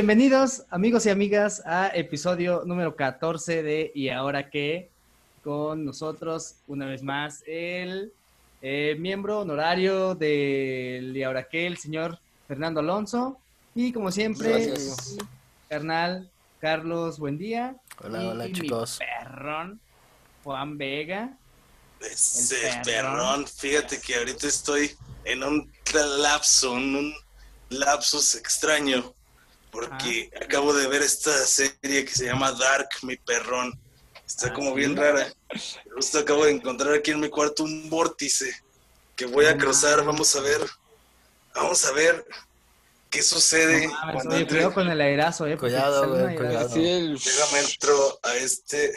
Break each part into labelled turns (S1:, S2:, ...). S1: Bienvenidos, amigos y amigas, a episodio número 14 de Y ahora qué, con nosotros una vez más el eh, miembro honorario del Y ahora qué, el señor Fernando Alonso. Y como siempre,
S2: Gracias.
S1: mi carnal Carlos Buendía.
S2: Hola,
S1: y
S2: hola,
S1: mi
S2: chicos.
S1: Perrón, Juan Vega.
S3: Es
S1: El
S3: el
S1: perrón.
S3: perrón, fíjate que ahorita estoy en un lapso, en un lapsus extraño, porque acabo de ver esta serie que se llama Dark, mi perrón. Está
S1: Ah,
S3: como
S1: ¿sí?
S3: bien rara. Justo acabo de encontrar aquí en mi cuarto un vórtice que voy a
S1: No
S3: cruzar.
S1: mames.
S3: Vamos a ver, vamos a ver qué sucede
S1: No mames,
S3: cuando
S1: oye,
S3: entre-
S1: cuidado con el airazo, eh. porque
S2: Cuidado,
S1: sale un
S2: güey,
S1: airazo.
S2: cuidado.
S1: Sí.
S2: Sí,
S4: Sí, el...
S3: Déjame entro a este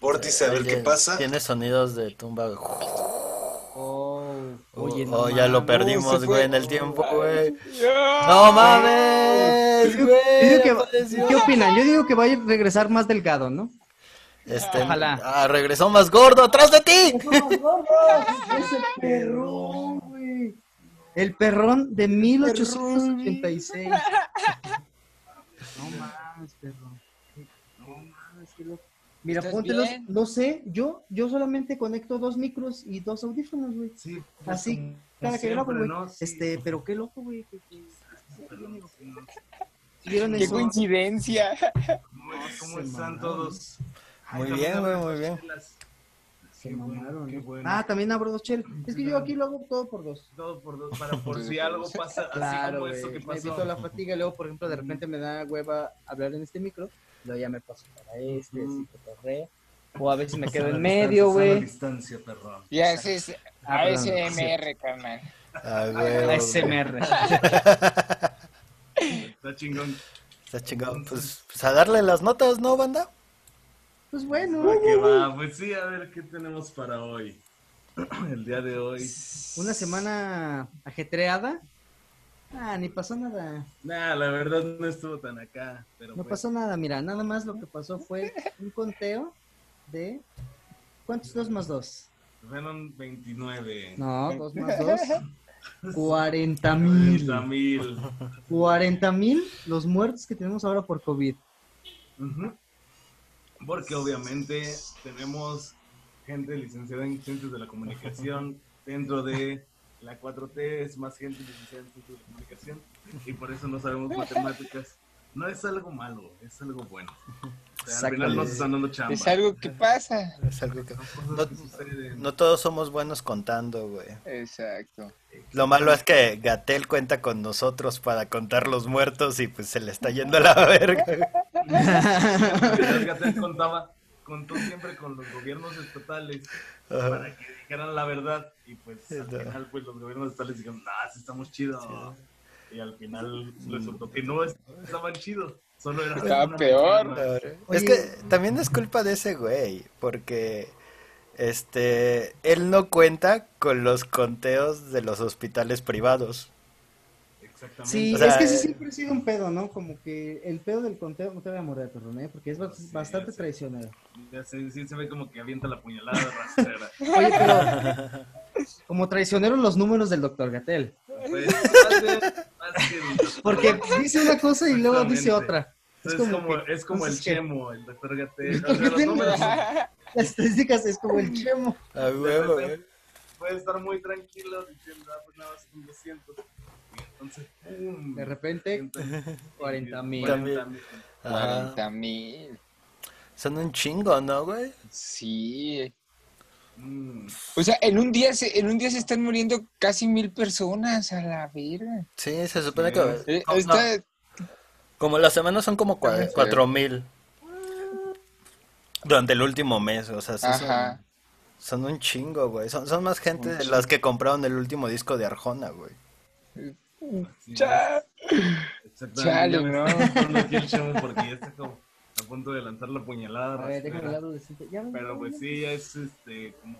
S3: vórtice a ver
S2: Oye,
S3: qué pasa.
S2: Tiene sonidos de tumba. güey.
S1: Oh, oye, no
S2: oh, ya lo
S1: mames.
S2: perdimos,
S4: Uh, se
S2: güey,
S4: fue.
S2: en el tiempo, güey.
S4: ¡Ya!
S2: ¡No mames,
S1: Yo digo- yo digo
S2: güey!
S1: que-
S2: apareció.
S1: ¿Qué opinan? Yo digo que va a regresar más delgado, ¿no?
S2: Este,
S1: Ojalá.
S2: Ah, regresó más gordo atrás de ti.
S1: Ese perrón, güey. El perrón de 1886. No mames, perrón. No mames, qué loco. Mira,
S4: ¿Estás
S1: póntelos,
S4: bien?
S1: no sé, yo, yo solamente conecto dos micros y dos audífonos, güey.
S5: Sí, pues,
S1: Así,
S5: como
S1: cada que
S5: siempre,
S1: grabo, güey.
S5: ¿no? Sí.
S1: Este, pero qué loco, güey. que- que- ¿Vieron
S4: ¡Qué
S1: eso?
S4: coincidencia!
S5: ¿Cómo, cómo están todos?
S2: Muy bien, güey, muy bien.
S1: Se
S5: Qué bueno,
S1: mamaron.
S5: qué bueno.
S1: Ah, también abro dos chelas. Es que yo aquí lo hago todo por dos.
S5: Todo por dos, para por si algo pasa, así
S1: Claro,
S5: como
S1: güey.
S5: esto que
S1: Me
S5: pasó.
S1: evito la fatiga. Luego, por ejemplo, de repente me da hueva hablar en este micro. Luego ya me paso para este, así cotorreo. O a veces me quedo en medio, güey.
S5: distancia, perdón.
S4: Ya haces
S1: Ah, perdón,
S4: ASMR, carnal.
S2: Ah, güey, güey.
S1: ASMR.
S5: Está chingón.
S2: Está chingón. Pues, pues a darle las notas, ¿no, banda?
S1: Pues bueno.
S5: ¿A qué va? Pues sí, a ver qué tenemos para hoy. El día de hoy.
S1: Una semana ajetreada. Ah, ni pasó nada.
S5: Nah, la verdad no estuvo tan acá. Pero
S1: No
S5: pues,
S1: pasó nada, mira. Nada más lo que pasó fue un conteo de... ¿Cuántos? Dos más dos.
S5: Fueron 29.
S1: No, dos más dos. Cuarenta mil.
S5: 30 mil.
S1: 40 mil los muertos que tenemos ahora por COVID.
S5: Ujú. Porque obviamente tenemos gente licenciada en ciencias de la comunicación dentro de la 4T, es más gente licenciada en ciencias de la comunicación y por eso no sabemos matemáticas. No es algo malo, es algo bueno. O sea, al final nos están dando chamba.
S4: Es algo que pasa.
S2: Es algo que...
S5: Cosas
S2: No-
S5: que suceden.
S2: No todos somos buenos contando, güey.
S4: Exacto.
S2: Lo malo es que Gatel cuenta con nosotros para contar los muertos y pues se le está yendo a la verga. güey.
S5: El Gatel contaba, contó siempre con los gobiernos estatales
S2: Ajá.
S5: para que dijeran la verdad y pues al
S2: Sí, no.
S5: final pues los gobiernos estatales dijeron, nah, sí estamos chidos. Y al final resultó que no es- estaban chidos, solo era
S4: Estaba
S5: una
S4: peor.
S5: mentira más.
S2: Es
S1: Oye.
S2: que también es culpa de ese güey, porque este él no cuenta con los conteos de los hospitales privados.
S5: Exactamente.
S1: Sí,
S2: O sea,
S1: es que sí
S2: eh,
S1: siempre ha sido un pedo, ¿no? Como que el pedo del conteo, no te voy a morder, perdón, ¿eh? porque es bas-
S5: Sí,
S1: bastante
S5: sí.
S1: traicionero.
S5: Ya se, sí se ve como que avienta la puñalada rastrera.
S1: Oye, pero como traicionero los números del doctor Gatel,
S5: Pues, más de- más que-
S1: porque dice una cosa y luego dice
S5: Exactamente.
S1: otra.
S5: es como, es como el
S1: entonces, ¿qué?
S5: chemo, el doctor Gatel.
S1: Doctor
S5: O sea, los
S1: Gatel.
S5: números
S1: Las estadísticas es como el chemo.
S2: A huevo,
S4: ¿eh?
S2: güey.
S5: eh. puede estar muy tranquilo diciendo, ah, pues nada más son 200. Y entonces, ¡pum!
S1: De repente, 40 mil.
S5: 40 mil.
S2: Ajá.
S4: 40 mil.
S2: Ah, Son un chingo, ¿no, güey?
S4: Sí.
S5: Mm.
S4: O sea, en un día se, en un día se están muriendo casi mil personas a la verga.
S2: Sí, se supone
S5: Sí.
S2: que
S4: Eh,
S2: como,
S4: Está,
S2: como las semanas son como cua-
S4: Sí.
S2: cuatro mil durante el último mes, o sea, sí son-
S4: ajá.
S2: son, un chingo, güey. Son, son más gente
S4: Un
S2: de las que compraron el último disco de Arjona, güey.
S5: Sí,
S4: Cha-
S5: Exactamente.
S4: Chale,
S5: Ya me
S4: ¿no?
S5: está gustando aquí el chavo porque ya está como a punto de lanzar la puñalada.
S1: A ver, déjame
S5: rastrera.
S1: hablar de Ya, ya,
S5: Pero
S1: ya,
S5: pues
S1: ya.
S5: sí, ya es este como...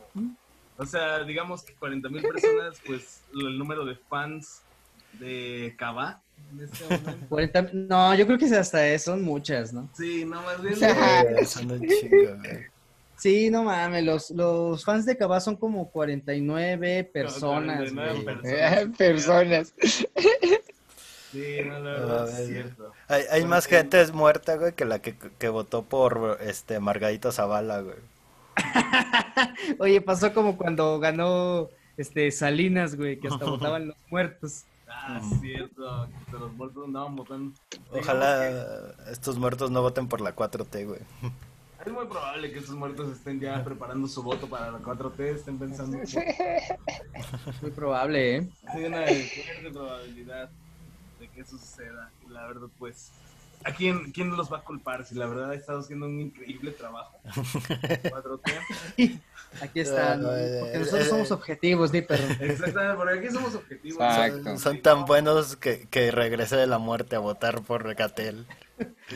S5: O sea, digamos que 40 mil personas, pues el número de fans de Cava en este momento.
S1: 40 no, yo creo que es hasta eso, son muchas, ¿no?
S5: Sí, no más bien.
S2: Güey, Son un chingo, güey.
S1: Sí, no mames, los, los fans de Cabá son como 49 personas,
S5: 49
S1: güey.
S4: Eh,
S5: personas.
S4: Personas.
S5: Sí, no, la
S2: No
S5: verdad
S2: mames.
S5: es cierto.
S2: Hay, hay más
S5: Porque-
S2: gente muerta, güey, que la que, que votó por este Margarita Zavala, güey.
S1: Oye, pasó como cuando ganó este Salinas, güey, que hasta votaban los muertos.
S5: Ah, es cierto. que De los muertos andaban votando. Digamos
S2: Ojalá estos muertos no voten por la 4T, güey.
S5: que Es muy probable que estos muertos estén ya preparando su voto para la 4T, estén pensando.
S4: Sí.
S1: Muy probable, ¿eh?
S5: Hay una fuerte probabilidad de que eso suceda. Y la verdad, pues, ¿a quién, quién los va a culpar? Si la verdad ha estado haciendo un increíble trabajo. 4T.
S1: Aquí están.
S2: No, no, eh,
S1: porque
S2: eh,
S1: nosotros
S2: eh,
S1: somos objetivos, ni perro.
S5: Exactamente, porque aquí somos objetivos.
S4: Exacto.
S2: Son, son tan buenos que, que regresé de la muerte a votar por Catel.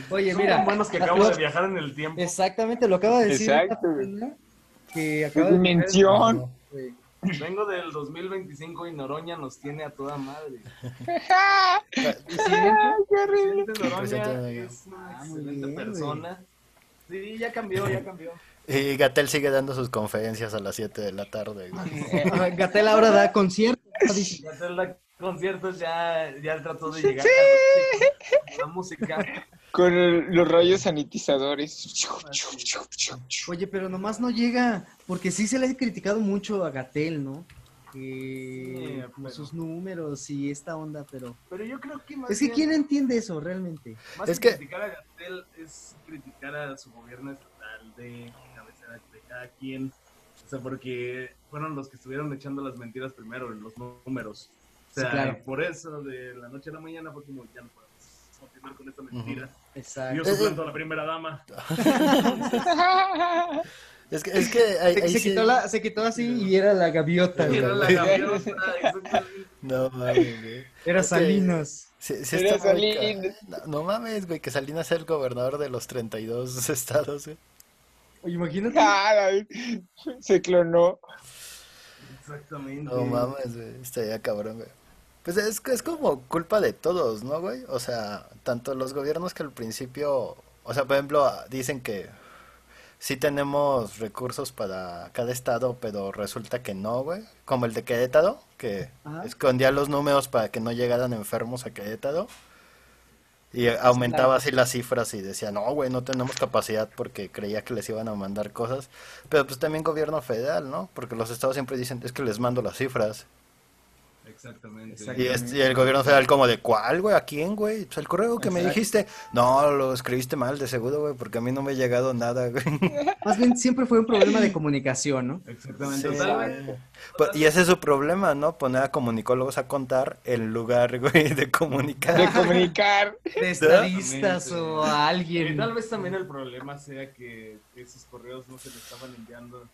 S1: Oye,
S5: Son
S1: mira.
S5: tan buenos que
S1: lo-
S5: acabo de viajar en el tiempo.
S1: Exactaba- Exactamente, lo acaba de decir. esta
S4: Exacto, güey.
S1: persona Que
S4: Tu
S1: acaba de
S4: dimensión.
S1: güey.
S5: Vengo del 2025 y Noroña nos tiene a toda madre.
S1: Y siguiente,
S4: ¡Qué horrible!
S5: Vicente Noroña es una
S1: Ah, muy
S5: excelente
S1: bien, güey.
S5: persona. Sí, ya cambió, ya cambió.
S2: Y Gatel sigue dando sus conferencias a las 7 de la tarde, güey.
S1: eh, Gatel ahora da conciertos. dice.
S5: Ya hacer la- conciertos, ya, ya trató de llegar a la música. La música.
S4: Con el- los rayos sanitizadores.
S1: Oye, pero nomás no llega, porque sí se le ha criticado mucho a Gatel, ¿no? Que
S5: Sí,
S1: como
S5: pero-
S1: sus números y esta onda, pero
S5: Pero yo creo que más
S1: es que
S5: bien-
S1: quién entiende eso realmente.
S5: Más
S2: Es
S5: que,
S2: que-
S5: criticar a Gatel es criticar a su gobierno estatal de cabecera de cada quien. O sea, porque fueron los que estuvieron echando las mentiras primero en los números. O sea,
S1: Sí, claro.
S5: por eso de la noche a la mañana fue como ya no podemos continuar con esta mentira.
S1: Exacto.
S5: Yo suplanto a la primera dama.
S2: Es que, es que ahí-
S1: Se,
S2: ahí
S1: se
S2: sí-
S1: quitó la, se quitó así y era la gaviota,
S5: Y era
S1: güey.
S5: la gaviota, exactamente.
S2: No mames, güey.
S1: era
S2: Es que-
S1: Salinas.
S2: Sí- sí
S4: Era
S2: está muy ca-
S4: Salinas.
S2: No, no mames, güey, que Salinas es el gobernador de los 32 estados, güey.
S1: Oye, Imagínate.
S4: Ah, Se clonó.
S5: Exactamente.
S2: No mames, güey, estaría cabrón, güey. Pues es, que es como culpa de todos, ¿no, güey? O sea, tanto los gobiernos que al principio, o sea, por ejemplo, ah, dicen que sí tenemos recursos para cada estado, pero resulta que no, güey. Como el de Querétaro, que
S1: Ajá.
S2: escondía los números para que no llegaran enfermos a Querétaro. Y aumentaba así las cifras y decía, no, güey, no tenemos capacidad porque creía que les iban a mandar cosas. Pero pues también gobierno federal, ¿no? Porque los estados siempre dicen, es que les mando las cifras.
S5: Exactamente.
S1: Exacto.
S2: Y, este- y el gobierno federal como de, ¿cuál, güey? ¿A quién, güey? Pues el correo que me
S1: Exacto.
S2: dijiste. No, lo escribiste mal, de seguro, güey, porque a mí no me ha llegado nada, güey.
S1: Más bien siempre fue un problema de comunicación, ¿no?
S5: Exactamente.
S2: Sí.
S5: Totalmente.
S2: Pero- y ese es su problema, ¿no? Poner a comunicólogos a contar en lugar, güey, de
S4: De
S2: comunicar.
S4: comunicar.
S1: De estadistas o a
S5: Y
S1: alguien.
S5: tal vez también el problema sea que esos correos no se le estaban enviando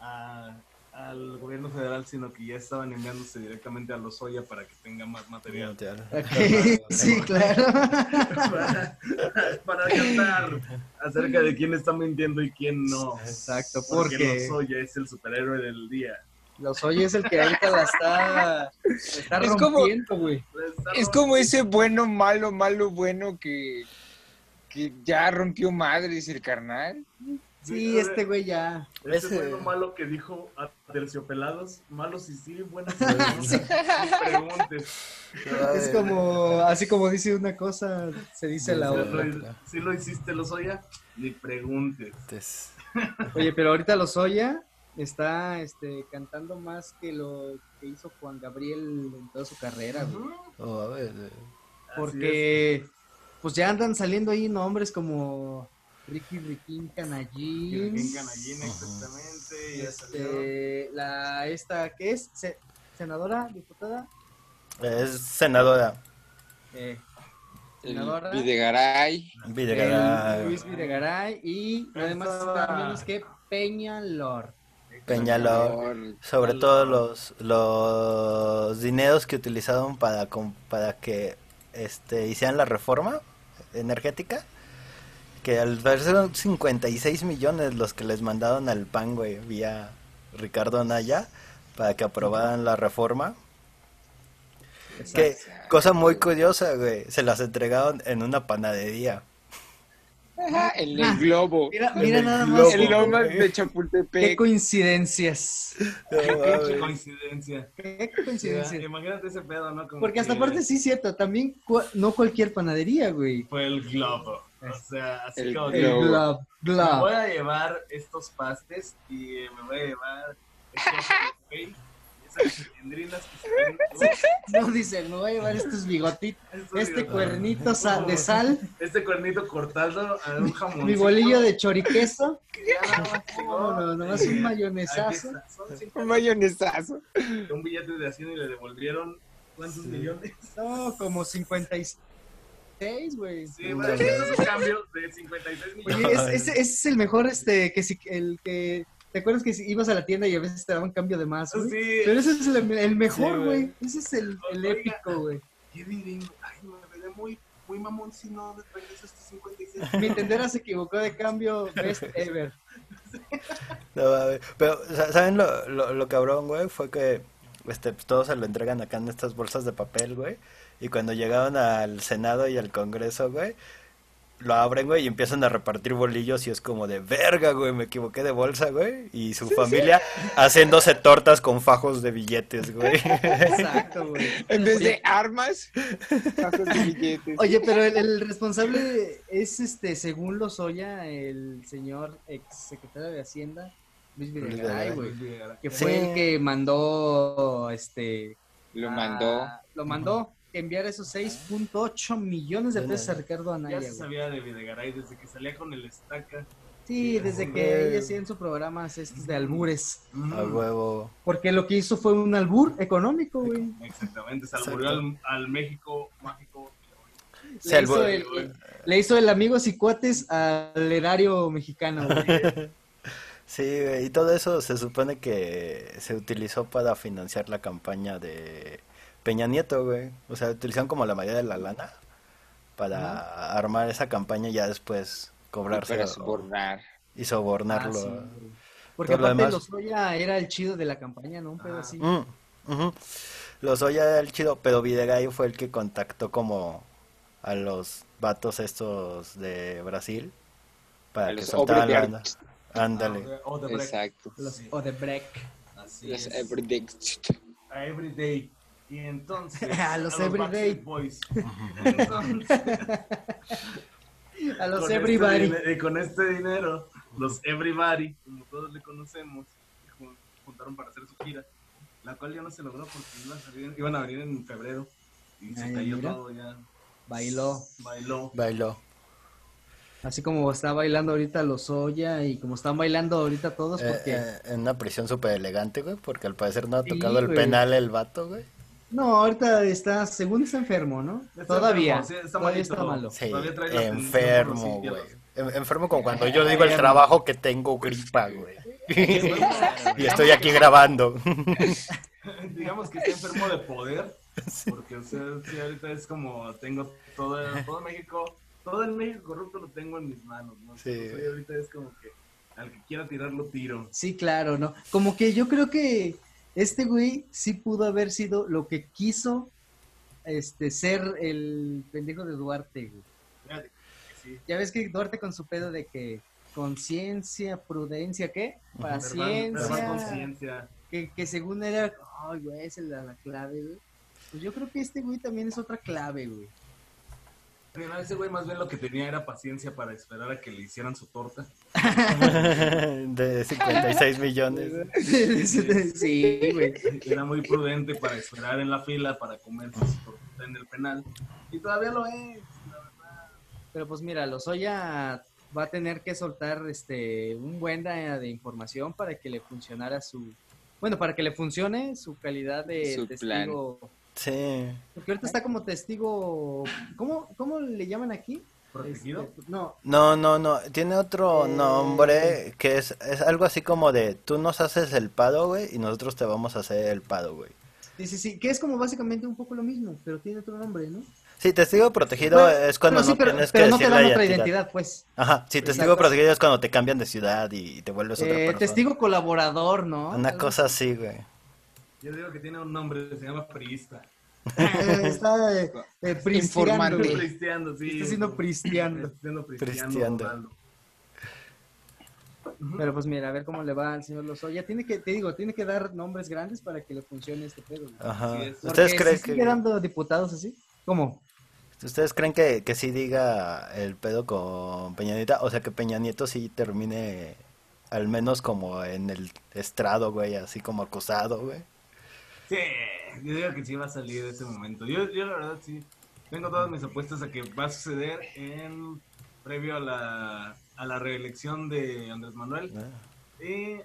S5: a- al gobierno federal, sino que ya estaban enviándose directamente a los Oya para que tenga más material.
S1: Ok, Sí, claro.
S5: para, para cantar acerca de quién está mintiendo y quién no.
S1: Exacto,
S5: Porque,
S1: porque-
S5: los Oya es el superhéroe del día.
S1: Los oye es el que ahorita la está, la está
S4: Es como-
S1: rompiendo, güey.
S4: Es como ese bueno, malo, malo, bueno que, que ya rompió madres el carnal.
S1: Sí, este güey ya.
S5: Ese
S2: Ese-
S5: bueno malo que dijo a terciopelados, malos y sí, buenos y no. Ni preguntes.
S1: Es como, así como dice una cosa, se dice la
S5: Si
S1: otra.
S5: lo, si lo hiciste, los oya, ni preguntes.
S2: Antes.
S1: Oye, pero ahorita Lozoya está este, cantando más que lo que hizo Juan Gabriel en toda su carrera, güey.
S2: No, Oh, a ver, eh. güey.
S5: Así
S1: Porque pues ya andan saliendo ahí nombres como Ricky Riquín
S5: es. Y aquí en
S1: Canallín.
S5: Canallina, exactamente. Ya salió.
S1: Este, la esta que es Se- senadora, diputada,
S2: Es senadora.
S1: eh,
S4: El
S1: senadora,
S4: Videgaray.
S1: el
S2: Videgaray,
S1: Luis Videgaray y además nada menos que Peñalor.
S2: Peñalor.
S4: Por-
S2: Sobre todo los, los dineros que utilizaron para, com- para que este, hicieran la reforma energética. Que al parecer eran 56 millones los que les mandaron al PAN, güey, vía Ricardo Anaya, para que aprobaran la reforma. Que, cosa muy curiosa, güey, se las entregaron en una panadería.
S4: Ajá, el, el globo.
S1: Ah, Mira,
S5: El
S1: mira
S5: del
S1: nada
S5: globo.
S1: más.
S4: El
S1: qué-
S4: Lomas de
S1: Qué
S4: Chapultepec.
S1: coincidencias.
S5: Qué pinche
S2: No, mames.
S5: coincidencia.
S1: Qué
S5: O sea,
S1: coincidencias.
S5: Imagínate ese pedo, ¿no? Como
S1: Porque hasta
S5: que
S1: aparte sí es cierto, también cua- no cualquier panadería, güey.
S5: Fue el globo. O sea, así
S4: El
S5: como
S4: globo.
S5: que,
S1: El glab,
S5: me voy
S1: glab.
S5: a llevar estos pastes y eh, me voy a llevar estos cupcakes, esas cilindrinas que se ven, uh,
S1: No dice, me voy a llevar estos bigotitos,
S5: estos
S1: este
S5: bigotes.
S1: cuernito sa- de sal,
S5: Este cuernito cortado a un jamón.
S1: mi bolillo de choriqueso. No, no,
S5: No,
S1: nomás un mayonesazo.
S5: Son cinco
S4: Un mayonesazo.
S5: de un billete de Hacienda y le devolvieron cuántos millones.
S1: No, como 56, güey.
S5: Sí, bueno, eso es un cambio de 56 millones.
S1: Oye, es- ese, ese es el mejor, este, que si, el que, ¿te acuerdas que si ibas a la tienda y a veces te daban cambio de más, güey?
S5: Ah, Sí, eh,
S1: Pero ese es el, el mejor,
S2: Sí,
S1: güey.
S2: güey.
S1: ese es el, el
S5: Oiga.
S1: épico, güey.
S5: qué dirín. Ay, me veré muy, muy mamón si no regreso estos 56
S1: Mi tendera se equivocó de cambio best ever.
S2: No, mames. Pero, sa- ¿saben lo, lo, lo cabrón, güey? Fue que este, pues, todos se lo entregan acá en estas bolsas de papel, güey. Y cuando llegaron al Senado y al Congreso, güey, lo abren, güey, y empiezan a repartir bolillos. Y es como de verga, güey, me equivoqué de bolsa, güey. Y su familia haciéndose tortas con fajos de billetes, güey.
S1: Exacto, güey.
S4: En vez de
S1: Oye,
S4: armas, tazos y billetes.
S1: oye, pero el, el responsable es, este, según Lozoya, el señor ex secretario de Hacienda, Luis Videgaray,
S2: Videgaray.
S1: güey. Que
S2: Sí.
S1: fue el que mandó, este...
S4: Lo
S1: a-
S4: mandó.
S2: Ah.
S1: Lo mandó que enviara esos 6.8 millones de
S2: Bueno,
S1: pesos a Ricardo
S5: Ya
S1: Anaya,
S5: se
S1: güey. Ah,
S5: sabía de Videgaray desde que salía con el estaca.
S1: Sí, desde que
S2: Hombre.
S1: ella hacía en su programa estos de albures.
S2: A
S5: Mm,
S2: huevo.
S1: Porque lo que hizo fue un albur económico, güey.
S5: Exactamente, se alburió al, al México mágico.
S2: Se
S1: Le
S2: albu-
S1: hizo, el, el- le hizo el amigo Cicuates al erario mexicano, güey.
S2: Sí, güey, y todo eso se supone que se utilizó para financiar la campaña de Peña Nieto, güey. O sea, utilizaron como la mayoría de la lana para armar esa campaña y ya después
S4: Para
S2: cobrárselo
S4: sobornar.
S2: y sobornarlo.
S1: Ah, sí, güey. Porque
S2: Todo lo
S1: aparte
S2: demás-
S1: Lozoya era el chido de la campaña, ¿no? Un pedo
S5: Ah.
S1: así.
S2: Mm, ujú. Lozoya era el chido, pero Videgaray fue el que contactó como a los vatos estos de Brasil para
S4: A
S2: que
S4: los
S2: soltaran
S4: obreros.
S2: lana. Ándale.
S5: Ah, o de Brecht.
S4: Exacto.
S1: Los
S5: Sí.
S1: Odebrecht.
S5: Así
S4: Los
S5: es.
S4: everyday.
S5: A Everyday. Y entonces.
S1: A los Everyday.
S5: Backstreet Boys. Entonces,
S1: A los
S5: con este
S1: everybody.
S5: dine- y con este dinero, los Everybody, como todos le conocemos, jun- juntaron para hacer su gira. La cual ya no se logró porque iban a, salir- iban a venir en febrero. Y se
S1: Ay,
S5: cayó
S1: mira.
S5: todo ya.
S1: Bailó.
S5: Bailó.
S2: Bailó.
S1: Así como está bailando ahorita Lozoya y como están bailando ahorita todos,
S2: Eh,
S1: porque.
S2: eh, en una prisión súper elegante, güey, porque al parecer no ha
S1: Sí,
S2: tocado el
S1: güey.
S2: penal el vato, güey.
S1: No, ahorita está, según está enfermo, ¿no?
S5: Está
S1: todavía.
S5: enfermo, sí, está
S1: todavía
S5: malito.
S1: está malo.
S2: Sí,
S5: Todavía trae la
S2: enfermo,
S5: tensión por
S2: güey.
S5: los
S2: En- enfermo como cuando yo digo el trabajo que tengo gripa, güey. Y estoy aquí grabando.
S5: digamos que está enfermo de poder, porque o sea, sí, ahorita es como tengo todo, todo México, todo el México corrupto lo tengo en mis manos, ¿no?
S2: Sí.
S5: Entonces, hoy ahorita es como que al que quiera tirarlo tiro.
S1: Sí, claro, ¿no? Como que yo creo que este güey sí pudo haber sido lo que quiso este ser el pendejo de Duarte, güey.
S5: Fíjate que sí.
S1: Ya ves que Duarte con su pedo de que conciencia, prudencia, ¿qué?
S5: Verbal- verbal
S1: Paciencia.
S5: conciencia.
S1: Que, que según era, ay, güey, esa es la, la clave, güey. Pues yo creo que este güey también es otra clave, güey.
S5: Pero no, ese güey más bien lo que tenía era paciencia para esperar a que le hicieran su torta.
S2: De 56 millones.
S1: sí, güey.
S5: Era muy prudente para esperar en la fila para comerse su torta en el penal. Y todavía lo es. la verdad.
S1: Pero pues mira, Lozoya va a tener que soltar este un buen de, de información para que le funcionara su bueno, para que le funcione su calidad de
S4: Su
S1: testigo.
S2: Sí.
S1: Porque ahorita está como testigo, ¿cómo, cómo le llaman aquí?
S5: ¿Protegido?
S1: Este, no,
S2: No, no, no. Tiene otro
S1: Eh,
S2: nombre que es, es algo así como de tú nos haces el pado, güey, y nosotros te vamos a hacer el pado, güey.
S1: sí, sí, sí, que es como básicamente un poco lo mismo, pero tiene otro nombre, ¿no?
S2: Sí, testigo protegido
S1: Bueno,
S2: es cuando
S1: pero sí,
S2: no
S1: pero,
S2: tienes
S1: pero
S2: que
S1: no te
S2: decir
S1: dan
S2: la
S1: otra
S2: identidad.
S1: identidad, pues.
S2: Ajá, sí, testigo
S1: Exacto.
S2: protegido es cuando te cambian de ciudad y te vuelves otra
S1: Eh,
S2: persona.
S1: testigo colaborador, ¿no?
S2: Una cosa así, güey.
S5: Este, Yo digo que tiene un nombre, se llama priista.
S1: Está eh, eh, pristeando,
S4: Informante.
S1: güey.
S5: Cristiano, sí.
S1: Está siendo pristeando.
S5: Cristiano,
S2: Cristiano.
S5: Ronaldo. Ujú.
S1: Pero pues mira, a ver cómo le va al señor Lozoya. Tiene que, te digo, tiene que dar nombres grandes para que le funcione este pedo. güey.
S2: Ajá.
S5: Sí, es-
S2: ¿Ustedes
S1: Porque
S2: creen,
S1: si sigue
S2: que,
S1: dando diputados así? ¿Cómo?
S2: ¿Ustedes creen que, que sí diga el pedo con Peña Nieto? O sea, que Peña Nieto sí termine al menos como en el estrado, güey, así como acusado, güey.
S5: Sí, yo digo que sí va a salir ese momento. Yo, yo la verdad sí, tengo todas mis apuestas a que va a suceder en previo a la, a la reelección de Andrés Manuel
S2: ¿no?
S5: y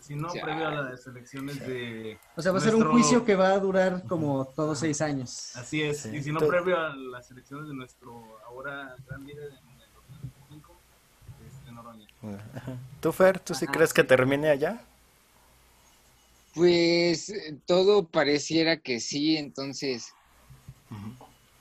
S5: si no,
S4: Ya.
S5: previo a las elecciones de...
S1: O sea, va a ser un
S5: nuestro-
S1: juicio que va a durar como todos seis años.
S5: Así es,
S2: Sí.
S5: y si no,
S2: Tú-
S5: previo a las elecciones de nuestro ahora gran líder en el 2005, este, Noroña.
S2: Ajá. ¿Tú, Fer, tú sí
S1: Ajá,
S2: crees que termine allá?
S4: Pues eh, todo pareciera que sí, entonces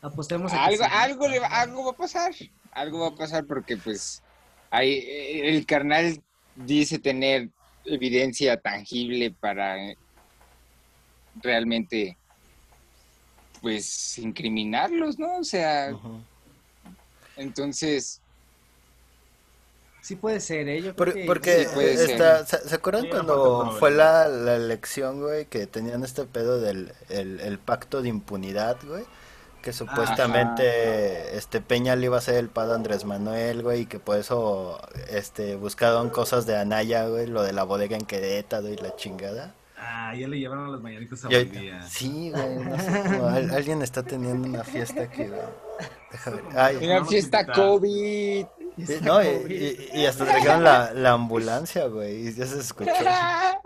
S1: Apostemos a que
S4: algo,
S1: sí.
S4: algo, le va, algo va a pasar, algo va a pasar porque pues ahí, eh, el carnal dice tener evidencia tangible para eh, realmente pues incriminarlos, ¿no? O sea,
S2: Ujú.
S4: entonces
S1: Sí puede ser, ¿eh? Yo creo
S2: Por-
S1: que-
S2: porque
S4: Sí, puede ser.
S2: esta- ¿se, se acuerdan
S5: Sí, una
S2: cuando
S5: falta de
S2: fue la, la elección, güey, que tenían este pedo del el, el pacto de impunidad, güey? Que supuestamente este Peña le iba a ser el padre a Andrés Manuel, güey, y que por eso este buscaron cosas de Anaya, güey, lo de la bodega en Querétaro y la chingada.
S5: Ah, ya le llevaron las mañanitas a
S2: Y ahí-
S5: Bolivia.
S2: sí, güey, no sé, como al- alguien está teniendo una fiesta aquí, güey. Deja ver. Ay,
S4: una
S5: vamos a
S4: fiesta
S5: intentar.
S4: COVID.
S2: Sí, no, y, y- y hasta trajeron la, la ambulancia, güey, y ya se escuchó. A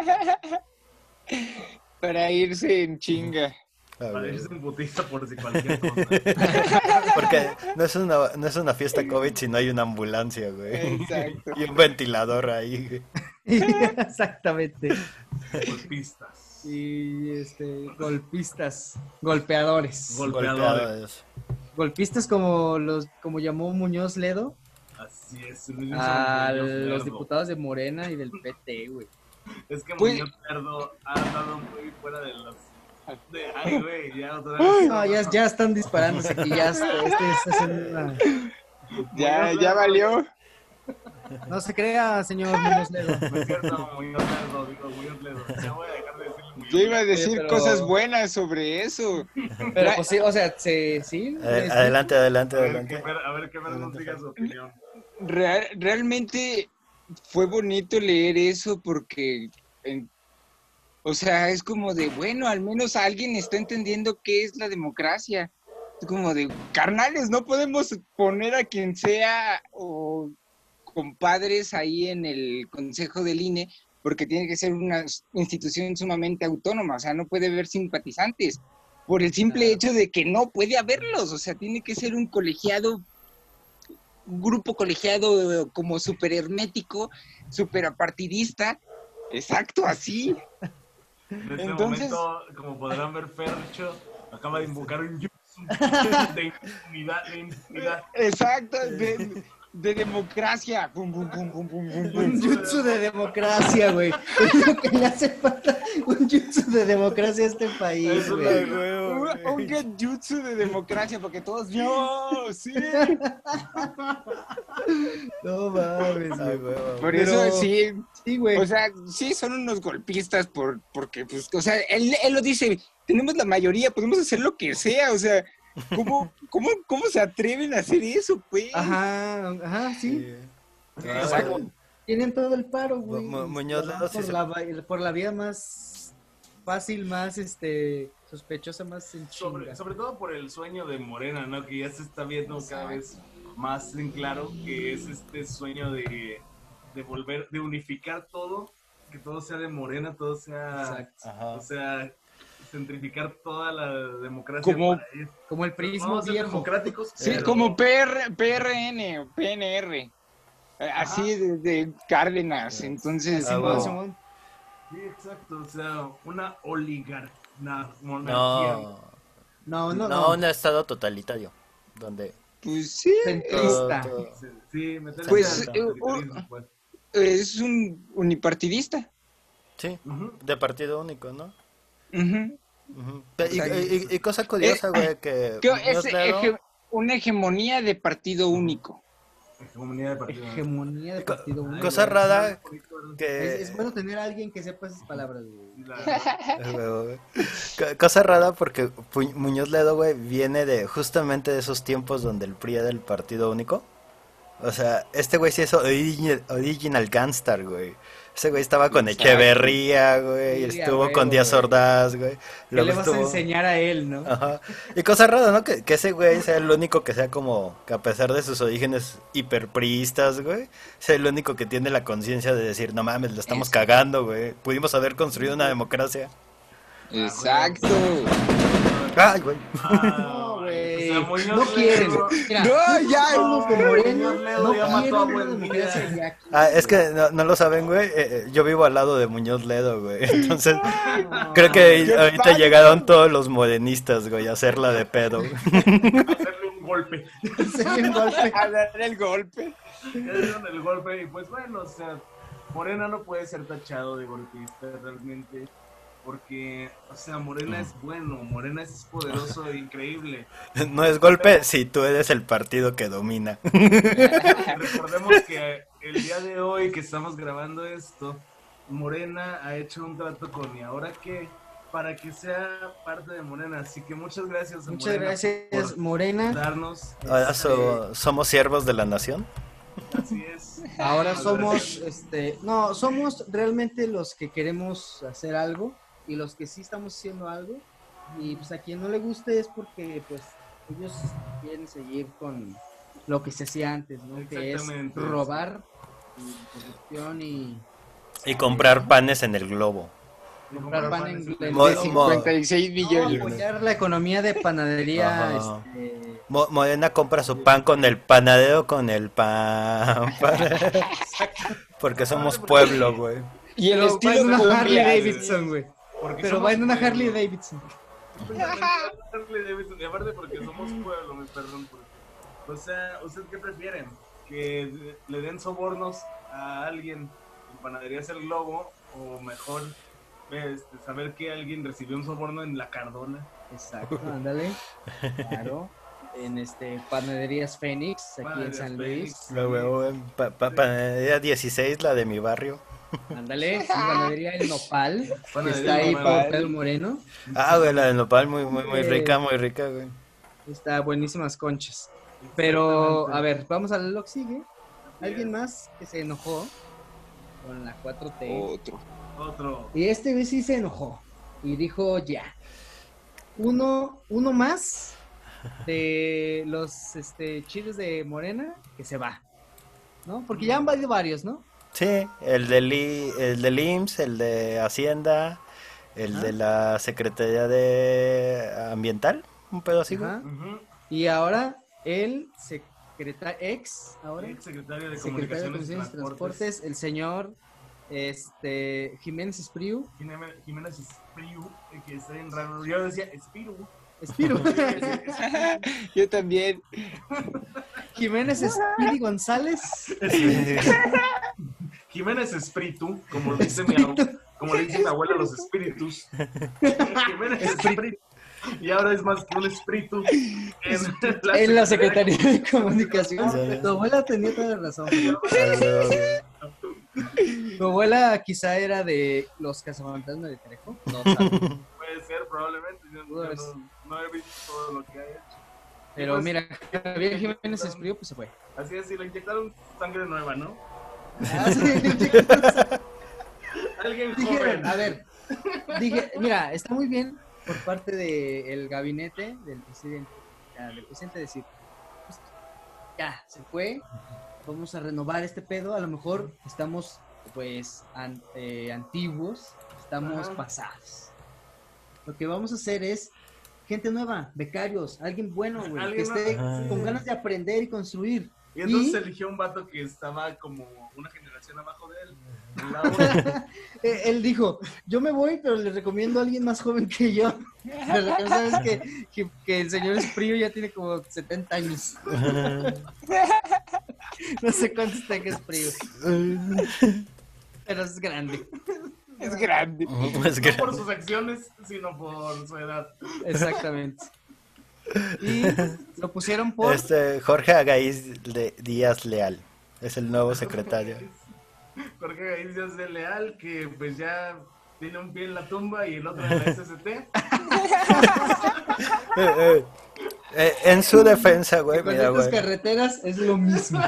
S4: Para irse en chinga.
S5: Para
S2: ver.
S5: irse en putiza por si cualquier cosa.
S2: Porque no es una, no es una fiesta COVID si no hay una ambulancia, güey.
S4: Exacto.
S2: Y un ventilador ahí, güey.
S1: Exactamente.
S5: Por pistas.
S1: Y este, golpistas, golpeadores.
S5: Gol- Golpeadores.
S2: Golpeadores.
S1: golpistas como los como llamó Muñoz Ledo
S5: Así es. el mismo
S1: a
S5: San Miguel
S1: los
S5: Lerdo.
S1: diputados de Morena y del PT, güey.
S5: Es que
S4: Pues-
S5: Muñoz Cerdo ha andado muy fuera de los. De, ay, güey, ya otra vez.
S1: No, ya, ya están disparándose aquí, ya está- este- este es una-
S4: Ya, ya valió.
S1: No se crea, señor Muñoz Ledo.
S5: No es cierto, Muñoz Lerdo, digo, Muñoz Lerdo. Ya voy a dejar de decirle Muñoz
S4: Yo iba a
S5: Lerdo.
S4: decir
S1: pero-
S4: cosas buenas sobre eso.
S1: Pero pues sí, o sea, se- sí.
S2: Ade-
S1: es-
S2: Eh, Adelante, adelante,
S5: A ver qué
S2: adelante.
S5: ver, a ver qué ver nos diga su opinión.
S4: Real- realmente fue bonito leer eso porque, en- o sea, es como de, bueno, al menos alguien está entendiendo qué es la democracia. Es como de, carnales, no podemos poner a quien sea o compadres ahí en el Consejo del INE porque tiene que ser una s- institución sumamente autónoma, o sea, no puede haber simpatizantes por el simple
S1: Claro.
S4: hecho de que no puede haberlos, o sea, tiene que ser un colegiado, un grupo colegiado eh, como súper hermético, súper apartidista, exacto, así.
S5: En este
S4: Entonces-
S5: momento, como podrán ver, Fercho acaba de invocar un jutsu de impunidad. De impunidad.
S4: Exacto, de, de democracia. Pum, pum, pum, pum, pum, pum, pum.
S1: Un jutsu de democracia, güey. Es lo que le hace falta. Un jutsu de democracia a este país,
S5: Eso
S1: güey.
S4: Un, un genjutsu de democracia, porque todos, ¡no! ¡Sí!
S1: No mames,
S2: Ay,
S1: güey.
S2: huevo,
S4: Por
S2: güey.
S4: eso
S1: Pero-
S4: sí,
S2: Ah,
S1: Sí, güey.
S2: pues
S4: o sea, sí son unos golpistas, por, porque, pues, o sea, él, él lo dice, tenemos la mayoría, podemos hacer lo que sea, o sea, ¿cómo, cómo, cómo se atreven a hacer eso, pues?
S1: Ajá, ajá, sí.
S2: Sí.
S4: O sea, como-
S1: Tienen todo el paro, güey.
S2: Mu- Mu- Muñoz
S1: Van
S2: Ledo sí
S1: por,
S2: se-
S1: la, va- por la vía más fácil, más este sospechosa, más en
S5: Sobre,
S1: chinga.
S5: sobre todo por el sueño de Morena, ¿no? Que ya se está viendo cada vez más en claro que es este sueño de, de volver, de unificar todo, que todo sea de Morena, todo sea,
S1: Exacto.
S2: Ajá.
S5: o sea, centrificar toda la democracia.
S4: Como-
S5: para ir.
S1: Como el prismo
S5: Vamos a ser
S1: viejo.
S5: democráticos.
S4: Sí,
S5: pero-
S4: como PR, PRN o PNR. eh, Así de, de Cárdenas, entonces...
S2: Ah,
S4: no.
S2: huevo.
S1: Simón.
S5: Sí, exacto, o sea, una oligarquía. monarquía.
S2: No,
S1: No, no,
S2: no,
S1: no.
S2: un estado totalitario. Donde
S4: Pues sí,
S2: todo-
S1: Centrista.
S2: todo-
S5: Sí, meterse
S4: Pues,
S5: al
S4: eh,
S5: autoritarismo,
S4: un-
S5: pues.
S4: eh, es un unipartidista.
S2: Sí,
S5: Ujú.
S2: de partido único, ¿no?
S4: Ujú.
S2: Ujú. Y, y- y- y
S1: eh,
S2: cosa curiosa, güey, que...
S4: Que
S2: Dios
S4: es
S2: Lero-
S4: hege- una hegemonía de partido único.
S5: Hegemonía de partido.
S1: Hegemonía de
S2: Co-
S1: partido único.
S2: cosa rara
S1: Es,
S2: que...
S1: es bueno tener a alguien que sepa esas palabras, güey.
S5: La-
S2: A huevo, güey. Co- Cosa rara porque Pu- Muñoz Ledo, güey, viene de justamente de esos tiempos donde el PRI era el partido único. O sea, este güey sí es origi- original gangster, güey. Ese güey estaba con
S4: Exacto.
S2: Echeverría, güey,
S1: Sí, a
S2: estuvo
S1: huevo,
S2: con Díaz
S1: güey.
S2: Ordaz, güey.
S1: ¿Qué
S2: luego
S1: le vas a
S2: estuvo-
S1: enseñar a él, no?
S2: Ajá. Y cosa rara, ¿no? Que, que ese güey sea el único que sea como, que a pesar de sus orígenes hiperpriistas, güey, sea el único que tiene la conciencia de decir, no mames, la estamos cagando, güey. Pudimos haber construido una democracia.
S4: Exacto.
S2: Ay, güey.
S1: No, güey.
S5: O sea, Muñoz
S1: No
S5: Ledo-
S1: quieren. Mira,
S4: No, ya.
S1: somos como Morena,
S5: Muñoz Ledo
S1: no
S5: ya mató a
S1: quieren una
S5: Buen
S1: democracia
S5: Día.
S1: ya aquí,
S2: Ah, es
S1: güey.
S2: que no, no lo saben, güey. eh, eh, yo vivo al lado de Muñoz Ledo, güey. Entonces, creo que
S4: qué
S2: ahorita
S4: padre.
S2: llegaron todos los morenistas, güey, a hacerla de pedo. güey.
S5: Hacerle un golpe.
S1: Sí, un golpe.
S4: A dar el golpe.
S5: Ya dieron el golpe y pues bueno, o sea, Morena no puede ser tachado de golpista realmente. Porque, o sea, Morena es bueno, Morena es poderoso e increíble.
S2: No es golpe si tú eres el partido que domina.
S5: Recordemos que el día de hoy que estamos grabando esto, Morena ha hecho un trato con y ahora que para que sea parte de Morena. Así que muchas gracias. a
S1: Muchas
S5: Morena
S1: gracias,
S5: por
S1: Morena.
S5: Darnos, este,
S2: Ahora so- somos siervos de la nación.
S5: así es.
S1: Ahora
S5: Muchas
S1: somos,
S5: gracias.
S1: este, no, somos realmente los que queremos hacer algo y los que sí estamos haciendo algo. Y pues a quien no le guste es porque pues ellos quieren seguir con lo que se hacía antes, ¿no? Que es
S5: Exactamente.
S1: robar y corrupción y
S2: Y comprar panes en el globo.
S1: comprar pan en
S5: Comprar
S1: en-
S2: Mo-
S1: de-
S2: mo-
S4: 56
S1: No, pues.
S4: millones.
S1: apoyar la economía de panadería,
S2: Ajá.
S1: este,
S2: Mo- Morena compra su pan con el panadero, con el pan. Porque somos pueblo, güey.
S4: Y el
S1: pero va en
S4: estilo
S1: una Harley
S4: cumbia.
S1: Davidson, güey.
S5: Porque
S1: Pero
S5: somos
S1: va en una
S5: pueblo.
S1: Harley Davidson.
S5: Harley Davidson, y aparte porque somos pueblo, me perdón. por- O sea, ¿ustedes qué prefieren? ¿Que le den sobornos a alguien en panaderías el globo? ¿O mejor este, saber que alguien recibió un soborno en la Cardona?
S1: Exacto, ándale. Claro. En este Panaderías Fénix, aquí en
S5: Panaderías
S1: San
S5: Fénix.
S1: Luis.
S2: La huevo, güey. Pa- pa- panadería 16, la de mi barrio.
S1: Ándale, sí, Panadería El Nopal, que
S5: Panadería
S1: está
S5: El
S1: ahí
S5: Nopal.
S1: por Pedro Moreno.
S2: Ah, güey, la de nopal muy, muy, muy
S1: Sí.
S2: rica, muy rica, güey.
S1: Está buenísimas conchas. Pero, a ver, vamos a lo que sigue. Alguien más que se enojó con la 4T.
S4: Otro.
S5: Otro.
S1: Y este vez sí se enojó. Y dijo ya. Uno, uno más de los este, chiles de Morena que se va. ¿No? Porque ya han valido varios, ¿no?
S2: Sí, el del, I- el del IMSS, el de Hacienda, el de la Secretaría de Ambiental, un pedo así, güey.
S1: Ajá.
S5: Ujú.
S1: Y ahora el secretario, ex, ahora
S5: El secretario
S1: secretario
S5: de
S1: de
S5: Comunicaciones y
S1: Comunicaciones y
S5: Transportes.
S1: Transportes, el señor este, Jiménez Espriu.
S5: Jimena- Jimena Espriu, que está bien raro. Yo decía Espiru.
S1: Espriu.
S4: Yo también.
S1: Jiménez Espiri González.
S5: Jiménez Espíritu, como lo dice mi abuela, como le dice mi abuela a los espíritus. Jiménez Espíritu. Y ahora es más que un espíritu en la,
S1: En la
S5: secretaría.
S1: Secretaría de Comunicaciones. Tu abuela tenía toda la razón. Tu abuela quizá era de los cazafantasmas de Trejo. No sabe.
S5: Puede ser, probablemente. Yo no,
S1: Pues.
S5: no- no he visto todo lo que ha hecho.
S1: Pero mira, Pues, Javier Jiménez Espriu pues se fue.
S5: Así es, y le inyectaron sangre nueva, ¿no?
S1: Ah,
S5: Alguien joven.
S1: Dijeron, a ver, dije, mira, está muy bien por parte del gabinete del presidente, ya, del presidente decir, pues, ya, se fue, vamos a renovar este pedo, a lo mejor estamos, pues, an- eh, antiguos, estamos
S5: Ajá.
S1: pasados. Lo que vamos a hacer es gente nueva, becarios, alguien bueno, güey, que
S5: Alguien
S1: esté
S2: nuevo,
S1: con
S5: sí.
S1: ganas de aprender y construir.
S5: Y entonces
S1: ¿Y?
S5: eligió un vato que estaba como una generación abajo de él. La otra.
S1: Eh, Él dijo, yo me voy, pero les recomiendo a alguien más joven que yo. Pero ya sabes que, que- que el señor Espriu ya tiene como 70 años. No sé cuántos tenga Espriu, pero es grande.
S4: Es grande.
S2: Es que-
S5: No por sus acciones, sino por su edad.
S1: Exactamente. Y lo pusieron por
S2: Este, Jorge Agaíz de Díaz Leal es el nuevo secretario.
S5: Jorge Gaiz Díaz de Leal, que pues ya tiene un pie en la tumba y el otro en la SST.
S2: Eh, eh, eh, en su defensa, güey,
S1: con
S2: mira,
S1: estas
S2: güey.
S1: carreteras es lo mismo.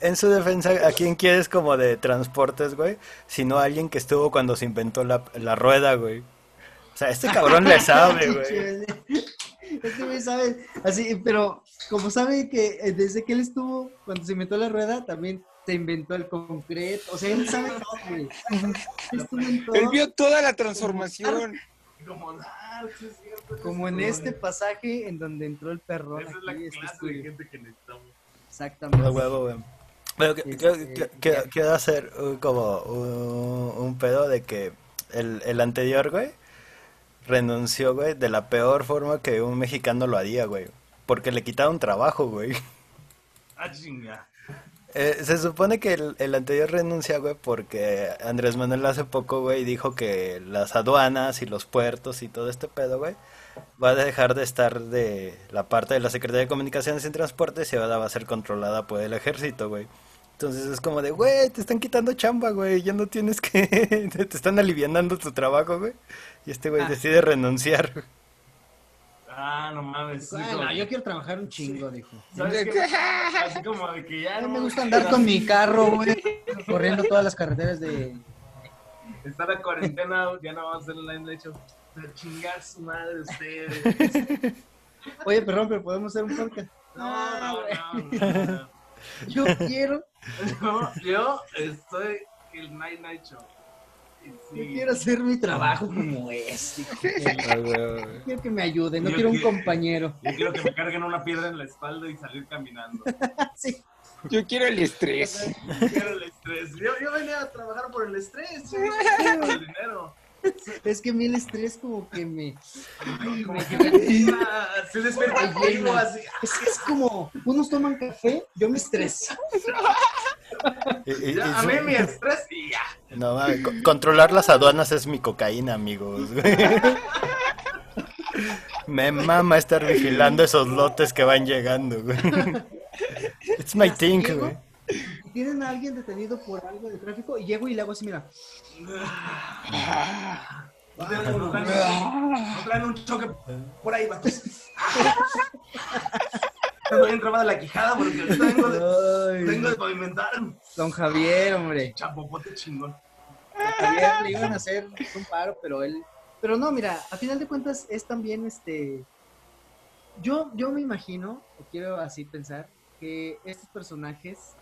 S2: En su defensa, ¿a quién quieres como de transportes, güey? Sino a alguien que estuvo cuando se inventó la, la rueda, güey. O sea, este cabrón le sabe, güey.
S1: Este güey sabe, así, pero como sabe que eh, desde que él estuvo, cuando se inventó la rueda, también se inventó el concreto. O sea, él sabe todo, güey. Él estuvo en todo.
S4: Él vio toda la transformación.
S5: Como, ah, sí es cierto, es
S1: Como en
S5: como-
S1: este pasaje en donde entró el perrón
S5: Esa es la
S1: aquí, este
S5: clase de
S1: estudio.
S5: gente que necesitamos.
S1: Exactamente.
S2: A huevo, Ah, güey. Pero que- que- que- que- quiero hacer uh, como un, un pedo de que el, el anterior, güey, renunció, güey, de la peor forma que un mexicano lo haría, güey. Porque le quitaron trabajo, güey.
S5: Ah, chinga.
S2: Eh, se supone que el, el anterior renuncia, güey, porque Andrés Manuel hace poco, güey, dijo que las aduanas y los puertos y todo este pedo, güey, va a dejar de estar de la parte de la Secretaría de Comunicaciones y Transportes y ahora va a ser controlada por el ejército, güey. Entonces es como de, güey, te están quitando chamba, güey, ya no tienes que, te te están alivianando tu trabajo, güey. Y este güey
S1: Ah.
S2: decide renunciar. güey.
S5: Ah, no mames. sí,
S1: Ay,
S5: como-
S1: no, yo quiero trabajar un chingo, dijo.
S5: ¿Sabes qué? Así como de que ya
S1: A mí
S5: no
S1: me gusta andar con mi carro, güey, corriendo todas las carreteras de...
S5: Está la cuarentena, ya no va a ser la de hecho. A chingar su madre ustedes.
S1: Oye, perrón, pero podemos hacer un podcast.
S5: No, no, no, no,
S1: Yo quiero,
S5: no. No, Yo estoy el Night Night Show. Y
S1: yo
S5: sí,
S1: quiero hacer mi trabajo como es. dijo.
S2: Ah, güey, güey.
S1: Quiero que me ayude, no
S5: Yo
S1: quiero un
S5: quiero-
S1: compañero.
S5: yo quiero que me carguen una piedra en la espalda y salir caminando.
S1: Sí.
S4: Yo quiero el estrés.
S5: Quiero el estrés. Yo, yo venía a trabajar por el estrés. Yo no por el dinero.
S1: Es que a mí el estrés como que me... Ay,
S5: Como
S1: me-
S5: que me activa, se despierta el juego así.
S1: Es que es como, unos toman café, yo me estreso.
S2: Y- y- y
S5: Ya, a
S2: su-
S5: mí mi estrés y ya.
S2: No, mames, co- controlar las aduanas es mi cocaína, amigos. güey. Me mama estar vigilando esos lotes que van llegando, güey. It's my thing, güey.
S1: Tienen a alguien detenido por algo de tráfico y llego y le hago así, mira.
S5: No traen- no traen- no traen un choque por ahí, vatos. Me voy entrabada la quijada porque ahorita vengo de, vengo de pavimentar.
S1: Don Javier, hombre.
S5: Chapopote chingón.
S1: Javier le iban a hacer un paro, pero él. Pero no, mira, a final de cuentas es también este. Yo, yo me imagino, o quiero así pensar, que estos personajes,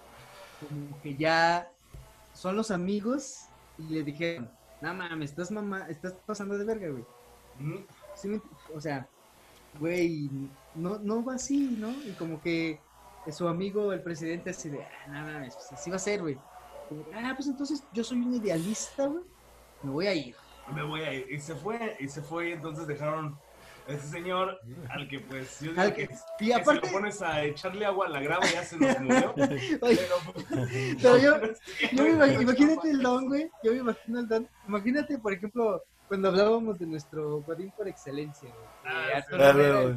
S1: como que ya son los amigos y le dijeron: No mames, estás, mamá, estás pasando de verga, güey.
S5: Ujú.
S1: Sí me- o sea, güey, no, no va así, ¿no? Y como que su amigo, el presidente, así de, ah, no mames, pues así va a ser, güey. Como, Ah, pues entonces yo soy un idealista, güey. Me voy a ir.
S5: Me voy a ir. Y se fue, y se fue, y entonces dejaron a ese señor al que pues yo digo
S1: Al
S5: que,
S1: que- y
S5: que
S1: aparte-
S5: si lo pones a echarle agua a la grava ya se nos murió.
S1: Oye,
S5: Pero, pues,
S1: pero yo, yo me imag- imagínate el don, güey. Yo me imagino el don. Imagínate, por ejemplo, cuando hablábamos de nuestro Godín por excelencia, güey. de
S5: Ah, sí.
S1: Arturo
S2: Ah,
S1: Herrera,
S2: güey.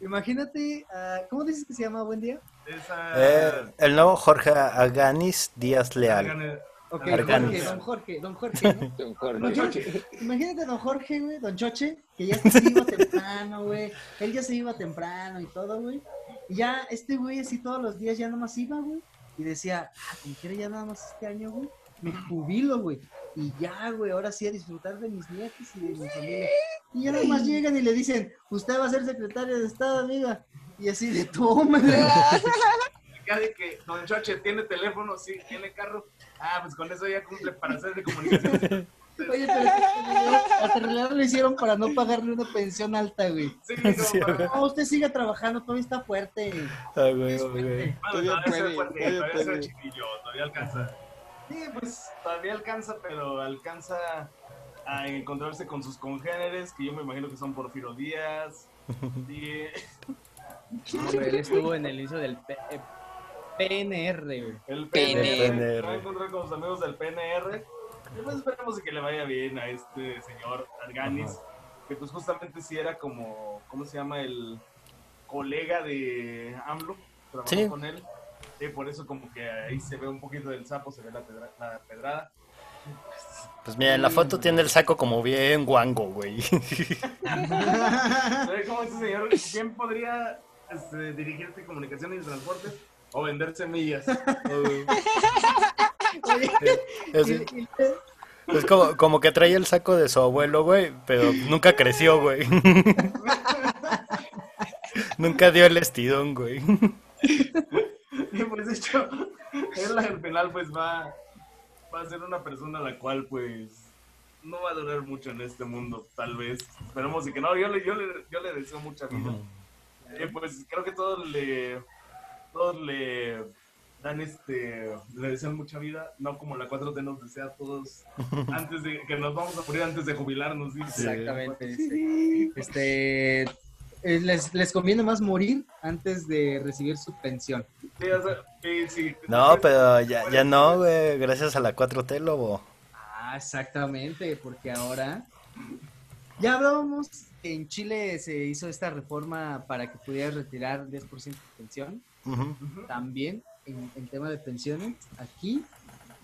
S1: Imagínate, ah, ¿cómo dices que se llama? Buen día.
S5: Esa-
S2: Eh, el nuevo Jorge Aganis Díaz Leal.
S1: Ok,
S2: Arcángel.
S1: Jorge, don Jorge, don Jorge, ¿no?
S4: Don
S1: Don
S4: Jorge.
S1: Jorge, imagínate a don Jorge, güey, don Choche, que ya se iba temprano, güey. Él ya se iba temprano y todo, güey. Y ya este güey así todos los días ya nomás iba, güey. Y decía, ah, como quiera ya nada más este año, güey. Me jubilo, güey. Y ya, güey, ahora sí a disfrutar de mis nietos y de mi familia. Y ya nada más llegan y le dicen, usted va a ser secretario de Estado, amiga. Y así de toma,
S5: Ya de que Don Choche tiene teléfono, sí, tiene carro. Ah, pues con eso ya cumple para hacer de comunicación.
S1: Oye, pero hasta en realidad lo hicieron para no pagarle una pensión alta, güey.
S5: Sí, como
S2: Sí,
S5: para-
S2: güey.
S1: No, usted sigue trabajando, todavía está fuerte.
S2: Ah, güey, güey.
S5: Bueno,
S4: Todavía
S5: todavía
S4: puede,
S5: se puede,
S4: todavía
S5: todavía se
S4: puede.
S5: chiquillo, todavía alcanza. Sí, pues todavía alcanza, pero alcanza a encontrarse con sus congéneres, que yo me imagino que son Porfiro Díaz. Sí,
S4: este
S1: él estuvo en el inicio del PNR, güey.
S5: El
S4: PNR.
S5: PNR. Se va a encontrar con sus amigos del PNR. Y pues esperemos que le vaya bien a este señor Arganis, que pues justamente sí era como, ¿cómo se llama? El colega de AMLO, trabajó
S2: Sí.
S5: con él. Y por eso como que ahí se ve un poquito del sapo, se ve la, pedra- la pedrada.
S2: Pues mira, en la foto tiene el saco como bien guango, güey.
S5: Se ve como este señor, ¿quién podría este, dirigirte comunicaciones y transportes? O vender semillas. O-
S2: Es, es como, como que trae el saco de su abuelo, güey, pero nunca creció, güey. nunca dio el estidón, güey.
S5: Y pues de hecho, él al final pues va, va a ser una persona la cual pues no va a durar mucho en este mundo, tal vez. Esperemos y que no, yo le, yo le, yo le deseo mucha vida. Y pues creo que todos le, todos le dan este, le desean mucha vida, no como la 4T nos desea a todos, antes de, que nos vamos a morir antes de jubilarnos, dice.
S1: Exactamente. sí. Este, eh, les, les conviene más morir antes de recibir su pensión.
S5: Sí, o sea, sí, sí.
S2: No, pero ya, ya no, güey, gracias a la 4T, lobo.
S1: Ah, exactamente, porque ahora ya hablábamos que en Chile se hizo esta reforma para que pudieras retirar 10% de pensión.
S2: Ujú.
S1: También en, en tema de pensiones, aquí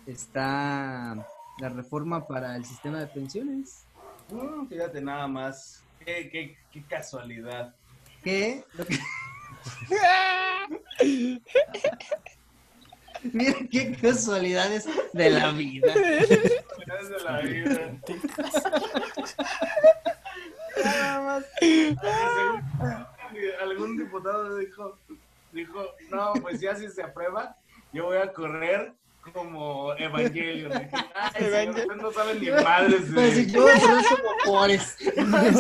S1: está la reforma para el sistema de pensiones.
S5: Mm, fíjate nada más, qué, qué, qué casualidad.
S1: que lo que- Mira qué casualidades de la vida.
S5: Felicidades de la vida. Nada más. Algún diputado dijo, dijo, no, pues ya si se aprueba, yo voy a correr como Evangelio. Dije, Ay, señor, ustedes no saben ni madres.
S1: Pero si Pues,
S5: de-
S1: yo voy a correr como Forrest.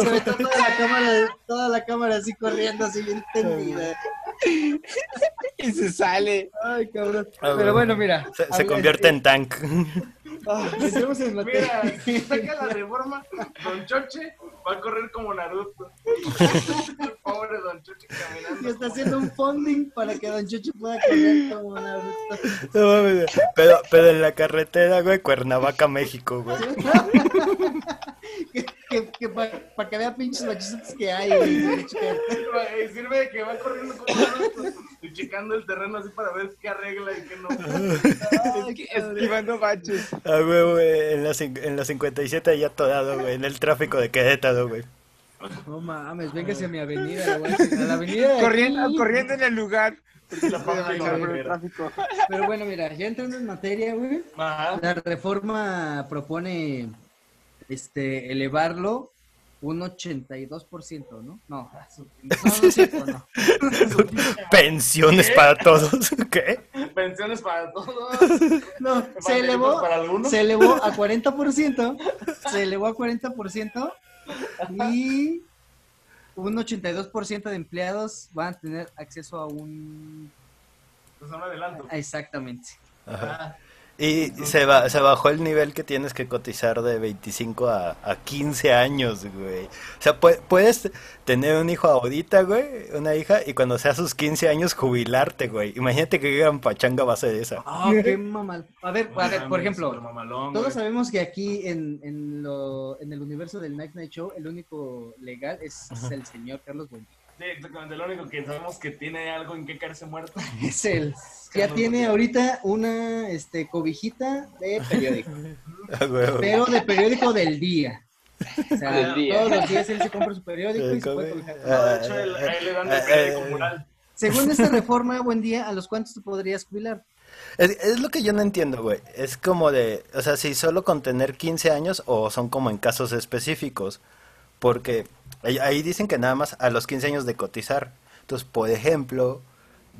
S1: Sobre todo toda la cámara, toda la cámara así corriendo, así bien tendida.
S4: Y se sale.
S1: Ay, cabrón.
S2: Ah,
S1: Pero
S2: bueno.
S1: bueno, mira. eh.
S2: Se, se
S1: habla-
S2: convierte en tank.
S1: Ah, entremos en materia.
S5: Mira, saca la reforma, Don Choche va a correr como Naruto. Pobre Don Choche caminando.
S1: Se está haciendo un funding para que Don Chucho pueda correr como Naruto.
S2: No mames, pero, pero en la carretera, güey, Cuernavaca, México, güey.
S1: que que, que para que vea pinches machistas que hay. güey.
S5: Sirve, eh, sirve de que va corriendo como Naruto pues, y checando el terreno así para ver qué arregla y qué no.
S1: Ay, cabrón.
S4: Esquivando baches.
S2: Ah, güey, güey, en la, cin- en la 57 allá atorado, güey, en el tráfico de Querétaro, güey.
S1: No mames, véngase a mi avenida, güey. A la avenida. de
S4: Corriendo,
S1: aquí.
S4: corriendo en el lugar. Porque
S5: La
S4: se puede
S5: paja y la
S4: manejar por el
S5: bandera.
S4: tráfico.
S1: Pero bueno, mira, ya entrando en materia, güey.
S5: Ajá.
S1: La reforma propone este elevarlo un 82%, ¿no? No, no, no es cierto, no.
S2: Pensiones para todos, ¿qué?
S5: Pensiones para todos.
S1: No, se
S5: Mantenidos
S1: elevó,
S5: para algunos.
S1: se elevó a 40%, se elevó a 40% y un 82% de empleados van a tener acceso a un...
S5: Pues un adelanto.
S1: a- Exactamente.
S2: Ajá. Y se, ba- se bajó el nivel que tienes que cotizar de 25 a, a 15 años, güey. O sea, pue- puedes tener un hijo ahorita, güey, una hija, y cuando sea sus 15 años jubilarte, güey. Imagínate qué gran pachanga va a ser esa.
S1: Ah, qué mamal. A ver, a ver, por
S5: Super
S1: ejemplo,
S5: mamalón,
S1: todos
S5: güey.
S1: sabemos que aquí en, en, lo, en el universo del Night Night Show, el único legal es el señor Carlos Bonilla.
S5: Sí, exactamente. Lo único que sabemos que tiene algo en qué caerse muerto.
S2: Eh,
S1: Es él. Ya
S5: Carlos
S1: tiene
S5: Bonilla.
S1: ahorita una este, cobijita de periódico,
S2: Ah, güey, güey.
S1: pero de periódico del día. O sea,
S4: Del día.
S1: todos los días él se compra su periódico y
S2: Eh,
S1: se puede
S2: come-
S1: cobijar.
S5: No, de hecho, él, a él le dan el
S2: Eh,
S5: periódico
S2: eh,
S5: mural.
S1: Según esta reforma, buen día, ¿a los cuántos te podrías jubilar?
S2: Es, es lo que yo no entiendo, güey. Es como de, o sea, si solo con tener 15 años o son como en casos específicos, porque ahí, ahí dicen que nada más a los 15 años de cotizar. Entonces, por ejemplo,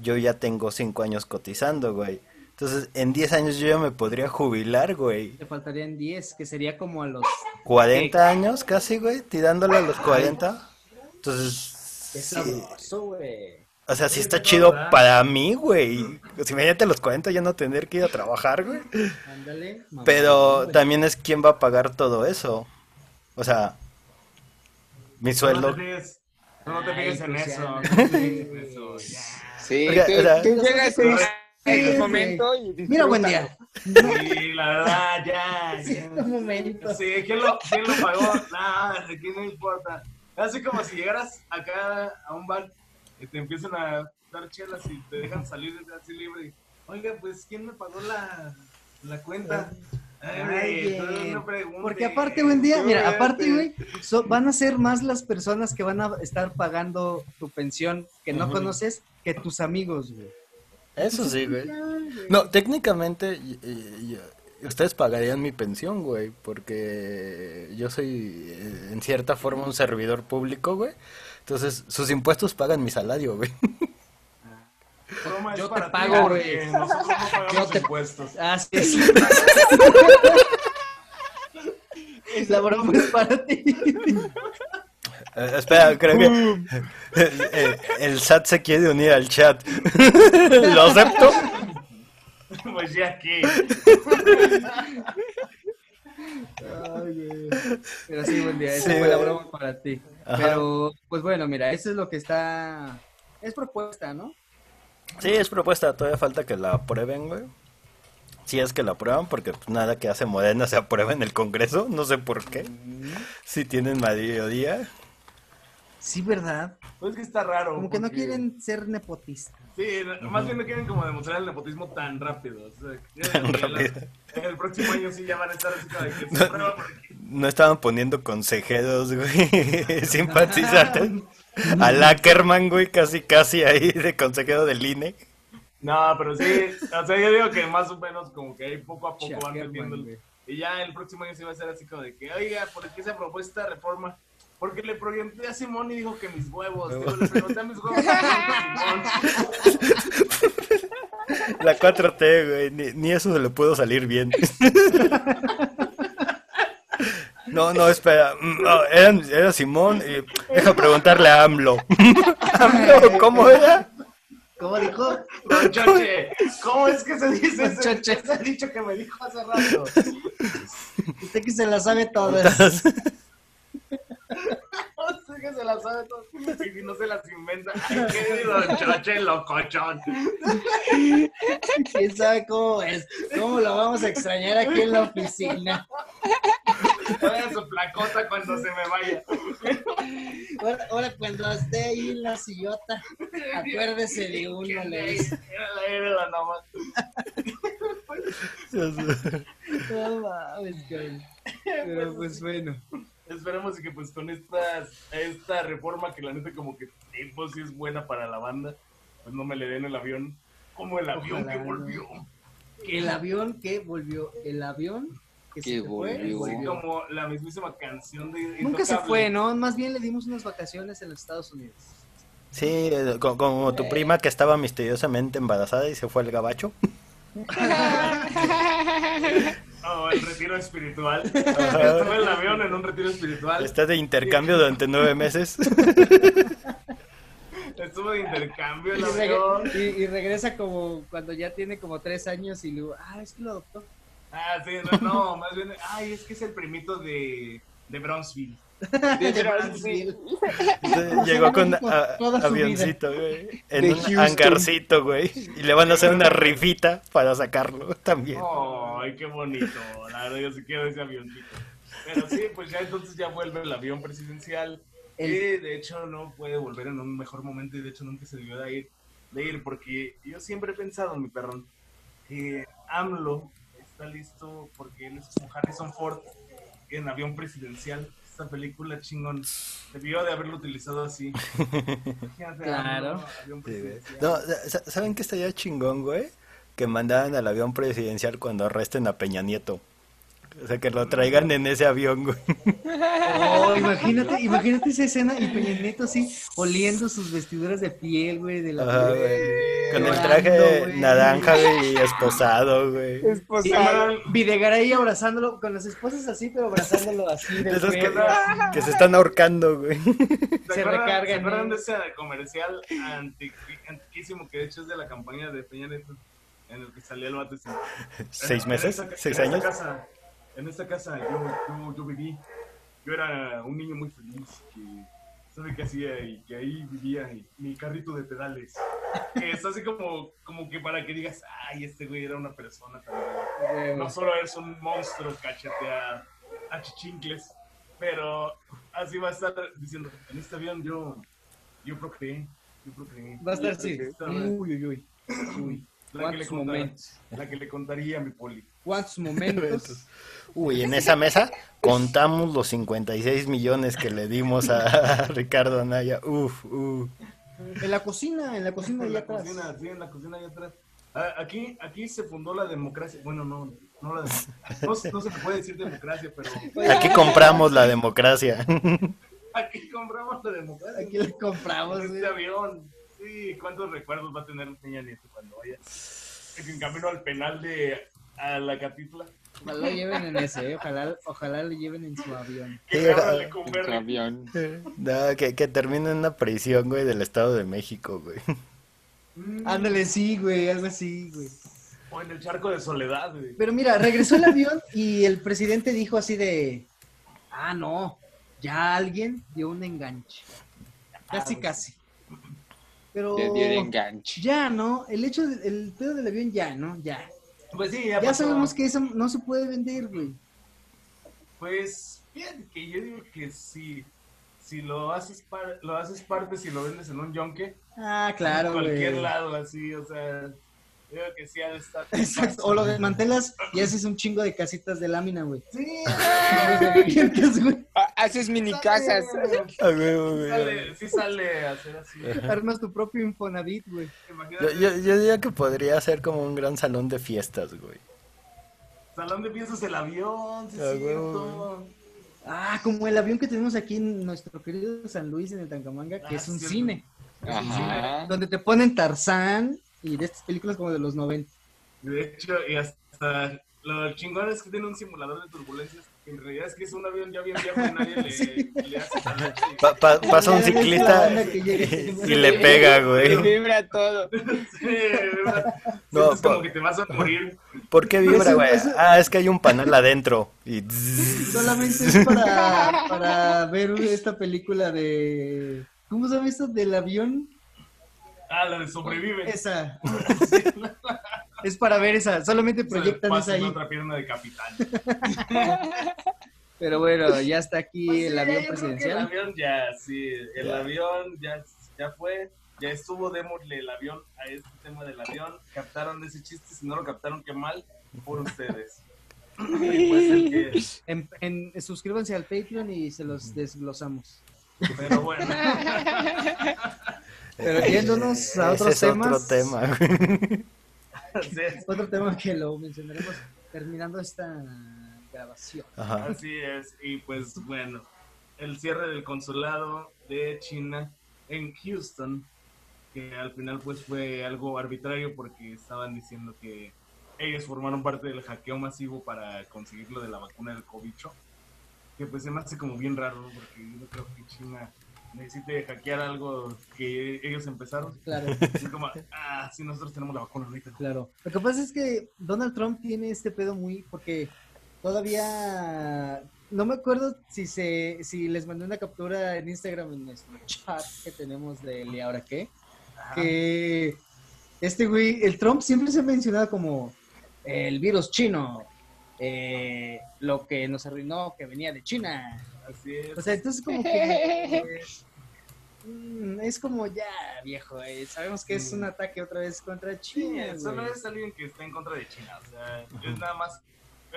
S2: yo ya tengo 5 años cotizando, güey. Entonces, en 10 años yo ya me podría jubilar, güey.
S1: Te faltarían 10, que sería como a los...
S2: 40 años casi, güey, tirándole a los 40. Entonces,
S1: Qué
S2: sí.
S1: sabroso, güey.
S2: O sea, sí está
S5: Sí,
S2: chido
S5: ¿verdad?
S2: para mí, güey. Pues imagínate a los 40 ya no tener que ir a trabajar, güey.
S1: Ándale. mamá.
S2: Pero también es quién va a pagar todo eso. O sea, mi
S5: No
S2: sueldo.
S5: te fijes, no te
S1: Ay,
S5: fijes en
S1: pues ya,
S5: eso.
S1: no.
S5: no te fijes en eso, ya.
S4: Sí,
S2: Oiga,
S4: tú,
S2: o sea-
S4: tú llegas este y dices, en
S1: güey.
S4: un momento y
S1: Mira, buen
S4: disfrútalo.
S1: día.
S5: Sí, la verdad, ya. ya.
S1: Cierto momento.
S5: Sí, ¿quién lo, quién lo pagó? Nada, de quién no importa. Así como si llegaras acá a un bar y te empiezan a dar chelas y te dejan salir así libre. Oiga, pues, ¿quién me pagó la, la cuenta? Ay, güey,
S1: Ay,
S5: entonces no
S1: güey.
S5: preguntes.
S1: Porque aparte, buen día, mira,
S5: Obviamente.
S1: aparte, güey, so- van a ser más las personas que van a estar pagando tu pensión que no
S2: Ujú.
S1: conoces que tus amigos, güey.
S2: Eso sí, güey. No, técnicamente y- y- y- ustedes pagarían mi pensión, güey, porque yo soy eh, en cierta forma un servidor público, güey. Entonces, sus impuestos pagan mi salario, güey.
S5: Broma, es
S1: Yo te
S5: para ti,
S1: pago,
S5: porque
S1: güey.
S5: Nosotros no pagamos
S1: Yo te-
S5: impuestos.
S2: Ah,
S1: Así es. La broma es para ti.
S2: Eh, espera, creo que eh, eh, el SAT se quiere unir al chat. ¿Lo acepto?
S5: Pues ya que.
S1: Pero sí, buen día, esa
S2: Sí,
S1: fue la
S2: güey.
S1: broma para ti.
S2: Ajá.
S1: Pero, pues bueno, mira, eso es lo que está... Es propuesta, ¿no?
S2: Sí, es propuesta, todavía falta que la aprueben, güey. Si es que la aprueban, porque pues, nada que hace Moderna se aprueba en el Congreso, no sé por qué. Si tienen mayoría.
S1: Sí, ¿verdad?
S5: Pues que está raro.
S1: Como que no
S5: porque-
S1: quieren ser nepotistas.
S5: Sí, más bien no quieren como demostrar el nepotismo tan rápido. o sea, ya
S2: Tan
S5: que la-
S2: rápido.
S5: el próximo año sí ya van a estar así como de que se prueba porque
S2: No estaban poniendo consejeros, güey, simpatizantes. A Lackerman, güey, casi casi ahí de consejero del E. INE.
S5: No, pero sí, o sea, yo digo que más o menos como que ahí poco a poco van
S1: Chaqueman,
S5: metiendo.
S1: güey.
S5: Y ya el próximo año sí va a ser así como de que, oiga, ¿por qué se aprobó esta reforma? Porque le pregunté a Simón y dijo que mis huevos. Digo, le pregunté a mis huevos. Simón.
S2: La 4T, güey, ni, ni eso se le pudo salir bien. No, no, espera. mm, no, eran- era, Simón. eh, deja preguntarle a AMLO. AMLO, ¿cómo era?
S1: ¿Cómo dijo?
S5: Don Choche, ¿cómo es que se dice
S1: Don
S5: eso?
S1: Choche.
S5: Ese dicho que me dijo hace rato.
S1: Usted que se la sabe todas.
S5: Usted que se las sabe todo y si no se las inventa. Ay, querido Don Choche, locochón.
S1: ¿Quién sabe cómo es? ¿Cómo lo vamos a extrañar aquí en la oficina?
S5: Vaya su placota cuando se me vaya.
S1: Ahora, ahora cuando esté ahí en la sillota, acuérdese de uno, le dice.
S5: Era la era la nomás.
S1: No mames, cabrón. Pero pues bueno.
S5: Esperemos que pues con estas, esta reforma que la neta como que eh, pues sí es buena para la banda, pues no me le den el avión. Como el avión
S1: Ojalá,
S5: que
S1: ¿no?
S5: volvió.
S1: El avión que volvió, el avión que se
S4: Que
S1: te fue,
S4: volvió.
S5: Así
S1: volvió.
S5: como la mismísima canción de
S1: Nunca se
S5: Intocable.
S1: fue, ¿no? Más bien le dimos unas vacaciones en los Estados Unidos.
S2: Sí, eh, co- como tu prima que estaba misteriosamente embarazada y se fue al gabacho.
S5: Oh, el retiro espiritual.
S2: Ajá.
S5: Estuve en el avión en un retiro espiritual.
S2: Está de intercambio durante nueve meses.
S5: Estuvo de intercambio
S1: Y,
S5: el
S1: reg-
S5: avión.
S1: y- y regresa como cuando ya tiene como tres años y luego, ah, es que lo adoptó.
S5: Ah, sí, no, no, más bien, ay, es que es el primito de, de Brownsville.
S4: De
S1: Brownsville.
S2: Entonces, Llegó con a-
S1: Toda su
S2: avioncito, güey.
S4: De
S2: En un
S4: Houston.
S2: hangarcito, güey. Y le van a hacer una rifita para sacarlo también.
S5: Ay, qué bonito. La verdad, yo sí quiero ese avioncito. Pero sí, pues ya entonces ya vuelve el avión presidencial.
S1: El-
S5: Y de hecho no puede volver en un mejor momento y de hecho nunca se debió de ir, de ir porque yo siempre he pensado, mi perrón, que AMLO está listo porque él es como Harrison Ford en avión presidencial. Esta película chingón. Debió de haberlo utilizado así. Imagínate,
S1: Claro.
S5: AMLO, avión
S2: Sí, güey.
S5: presidencial.
S2: No, sa- ¿saben qué estaría chingón, güey? Que mandaran al avión presidencial cuando arresten a Peña Nieto. O sea, que lo traigan en ese avión, güey.
S1: Oh, imagínate, imagínate esa escena y Peña Nieto así oliendo sus vestiduras de piel, güey, de la
S2: Ajá,
S1: piel.
S2: güey. Con el
S1: Llorando,
S2: traje
S1: güey.
S2: naranja, güey, y esposado, güey.
S1: Y
S4: Esposado.
S1: Videgaray abrazándolo con las esposas así, pero abrazándolo así.
S2: De
S1: De Ah,
S2: esos que,
S1: frente.
S2: que se están ahorcando, güey.
S1: Se
S5: ¿Se acuerdan,
S1: recargan,
S5: ¿se acuerdan
S1: ¿no?
S5: de ese comercial antiqui- antiquísimo que de hecho es de la campaña de Peña Nieto? En el que salía el vato. y se-
S2: ¿Seis
S5: en-
S2: meses?
S5: en esta ca-
S2: ¿Seis
S5: en
S2: años?
S5: Esta casa, en esta casa yo, yo, yo viví. Yo era un niño muy feliz que sabe qué hacía y que ahí vivía y mi carrito de pedales. que es así como, como que para que digas, ay, este güey era una persona también. No
S1: Huevos.
S5: solo es un monstruo cachetea a chichincles, pero así va a estar diciendo, en este avión yo, yo procreé, yo procreé.
S1: Va a estar así.
S5: Esta-
S1: Uy, uy, uy. Uy.
S5: La que, le
S1: ¿Cuántos
S5: contaría,
S1: momentos?
S5: la que le contaría a mi poli.
S1: ¿Cuántos momentos?
S2: Uy, en esa mesa contamos los 56 millones que le dimos a Ricardo Anaya. Uf, uf.
S1: En la cocina, en la cocina
S5: En
S1: allá
S5: Pues, la
S1: atrás.
S5: cocina, sí, en la cocina allá atrás. Ah, Aquí, aquí se fundó la democracia. Bueno, no, no la no, se- no se puede decir democracia, pero
S2: Aquí compramos la democracia.
S5: aquí compramos la democracia.
S1: Aquí la compramos.
S5: En
S1: güey.
S5: este avión. Sí, ¿cuántos recuerdos va a tener Peña Nieto cuando vaya? En camino al penal de a la catitla.
S1: Ojalá lo lleven en ese, eh. ojalá, ojalá lo lleven en su avión.
S5: Que
S2: Sí,
S5: agarra
S2: ah,
S5: de comer.
S4: El avión.
S2: Eh. No, que, que termine en una prisión, güey, del Estado de México, güey.
S5: Mm,
S1: Ándale, sí, güey, algo así, güey.
S5: O en el charco de soledad, güey.
S1: Pero mira, regresó el avión y el presidente dijo así de, ah, no, ya alguien dio un enganche. Casi, casi. Pero
S4: Te dio el enganche.
S1: ya, ¿no? El hecho, del el pedo del avión ya, ¿no? Ya.
S5: Pues sí,
S1: Ya
S5: pasó.
S1: sabemos que eso no se puede vender, güey.
S5: Pues fíjate que yo digo que si, si lo haces par- lo haces parte, si lo vendes en un yonke,
S1: Ah, claro,
S5: en cualquier
S1: güey.
S5: lado así, o sea, yo creo que sí ha de estar.
S1: Exacto. O lo desmantelas y haces un chingo de casitas de lámina, güey.
S5: Sí,
S1: Entonces, güey,
S4: Ah, Haces mini casas.
S2: A huevo, güey.
S5: sale, sí sale a hacer así.
S1: Armas tu propio Infonavit, güey.
S2: Yo,
S5: Imagínate,
S2: yo, yo diría que podría ser como un gran salón de fiestas, güey.
S5: salón de piezas el avión, sí,
S2: Ah,
S5: es
S2: huevo,
S5: cierto.
S1: Ah, como el avión que tenemos aquí en nuestro querido San Luis en el Tangamanga, que
S5: Ah,
S1: es un
S5: cierto.
S1: cine.
S4: Ajá.
S1: Donde te ponen Tarzán y de estas películas como de los 90.
S5: De hecho, y hasta lo chingón es que tiene un simulador de turbulencias. que En realidad es que es un avión ya bien viejo y nadie le, le hace nada.
S2: Pa- pa- pasa un
S1: Ya ves la
S2: ciclista
S1: banda que llega y-
S2: y le pega, güey.
S4: Vibra todo.
S5: Sí, de verdad.
S2: No,
S5: Sientes
S2: pa-
S5: como que te vas a morir.
S2: ¿Por qué vibra,
S1: Eso-
S2: güey?
S1: eso-
S2: Ah, es que hay un panel adentro. Y zzz.
S1: Solamente es para, para ver esta película de. ¿Cómo se llama esto? Del avión.
S5: Ah, la de sobrevive.
S1: Esa. Es para ver esa. Solamente proyectan esa
S5: pasa en
S1: ahí.
S5: otra pierna de capitán.
S1: Pero bueno, ya está aquí
S5: Pues sí,
S1: el
S5: ya
S1: avión
S5: yo creo que El
S1: presidencial.
S5: avión ya, sí. El
S2: Ya.
S5: avión ya, ya fue. Ya estuvo, démosle el avión a este tema del avión. Captaron ese chiste. Si no lo captaron, qué mal. Por ustedes. Y pues el que-
S1: En, en- suscríbanse al Patreon y se los desglosamos.
S5: Pero bueno.
S1: Pero yéndonos a
S2: Ese
S1: otros
S2: es otro
S1: temas.
S2: tema, güey.
S5: así es,
S1: Otro tema que lo mencionaremos terminando esta grabación.
S2: Ajá.
S5: Así es. Y pues bueno. El cierre del consulado de China en Houston. Que al final pues fue algo arbitrario porque estaban diciendo que ellos formaron parte del hackeo masivo para conseguir lo de la vacuna del COVID. Que pues se me hace como bien raro, ¿no? porque yo no creo que China necesite hackear algo que ellos empezaron.
S1: Claro.
S5: Es como, ah, sí, nosotros tenemos la vacuna ahorita.
S1: Claro. Lo que pasa es que Donald Trump tiene este pedo muy porque todavía no me acuerdo si se si les mandé una captura en Instagram en nuestro chat que tenemos de él y ahora qué que este güey el Trump siempre se ha mencionado como el virus chino eh, lo que nos arruinó que venía de China
S5: Así es.
S1: o sea, entonces como que... eh, mm, es como ya, viejo, eh, sabemos que es un ataque otra vez contra
S5: Mm. Sí,
S1: China.
S5: solo
S1: güey.
S5: es alguien que está en contra de China, o sea, es nada más.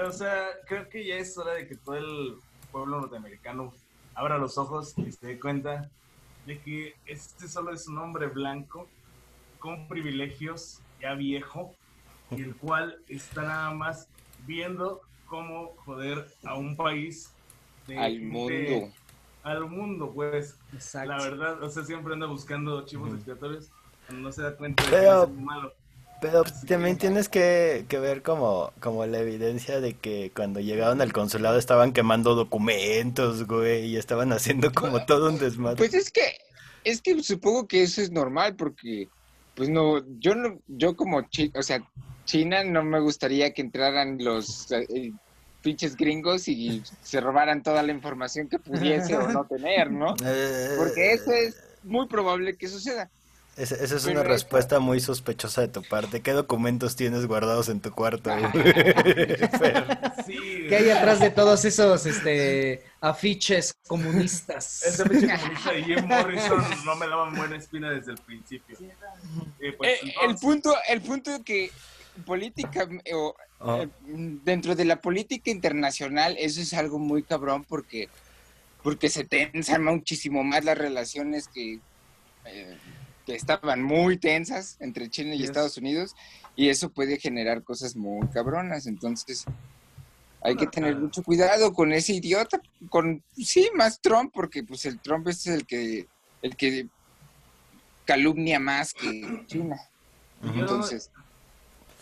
S5: O sea, creo que ya es hora de que todo el pueblo norteamericano abra los ojos y se dé cuenta de que este solo es un hombre blanco con privilegios, ya viejo, y el cual está nada más viendo cómo joder a un país de
S4: Al
S5: gente-
S4: mundo.
S5: al mundo, pues.
S1: Exacto.
S5: La verdad, o sea, siempre anda buscando chivos expiatorios cuando no se da cuenta de que
S2: Pero-
S5: es malo.
S2: Pero también tienes que, que ver como, como la evidencia de que cuando llegaron al consulado estaban quemando documentos, güey, y estaban haciendo como todo un desmadre.
S4: Pues es que, es que supongo que eso es normal porque, pues no, yo no, yo como, chi- o sea, China no me gustaría que entraran los eh, eh, pinches gringos y se robaran toda la información que pudiese o no tener, ¿no?
S1: Pues,
S2: Eh,
S4: Porque eso es muy probable que suceda.
S2: Esa, esa es
S4: Pero
S2: una
S4: esa-
S2: respuesta muy sospechosa de tu parte. ¿Qué documentos tienes guardados en tu cuarto? güey?
S5: Sí,
S1: ¿Qué hay atrás de todos esos este, afiches comunistas?
S5: Ese pinche comunista de Jim Morrison no me daban buena espina desde el principio. Eh, pues,
S4: Eh, el
S5: entonces,
S4: punto, el punto que política eh, o,
S2: Oh.
S4: eh, dentro de la política internacional eso es algo muy cabrón porque porque se tensan muchísimo más las relaciones que, eh, que estaban muy tensas entre China y
S1: Yes.
S4: Estados Unidos y eso puede generar cosas muy cabronas entonces hay que tener mucho cuidado con ese idiota con sí más Trump porque pues el Trump es el que el que calumnia más que China
S5: yo no-
S4: entonces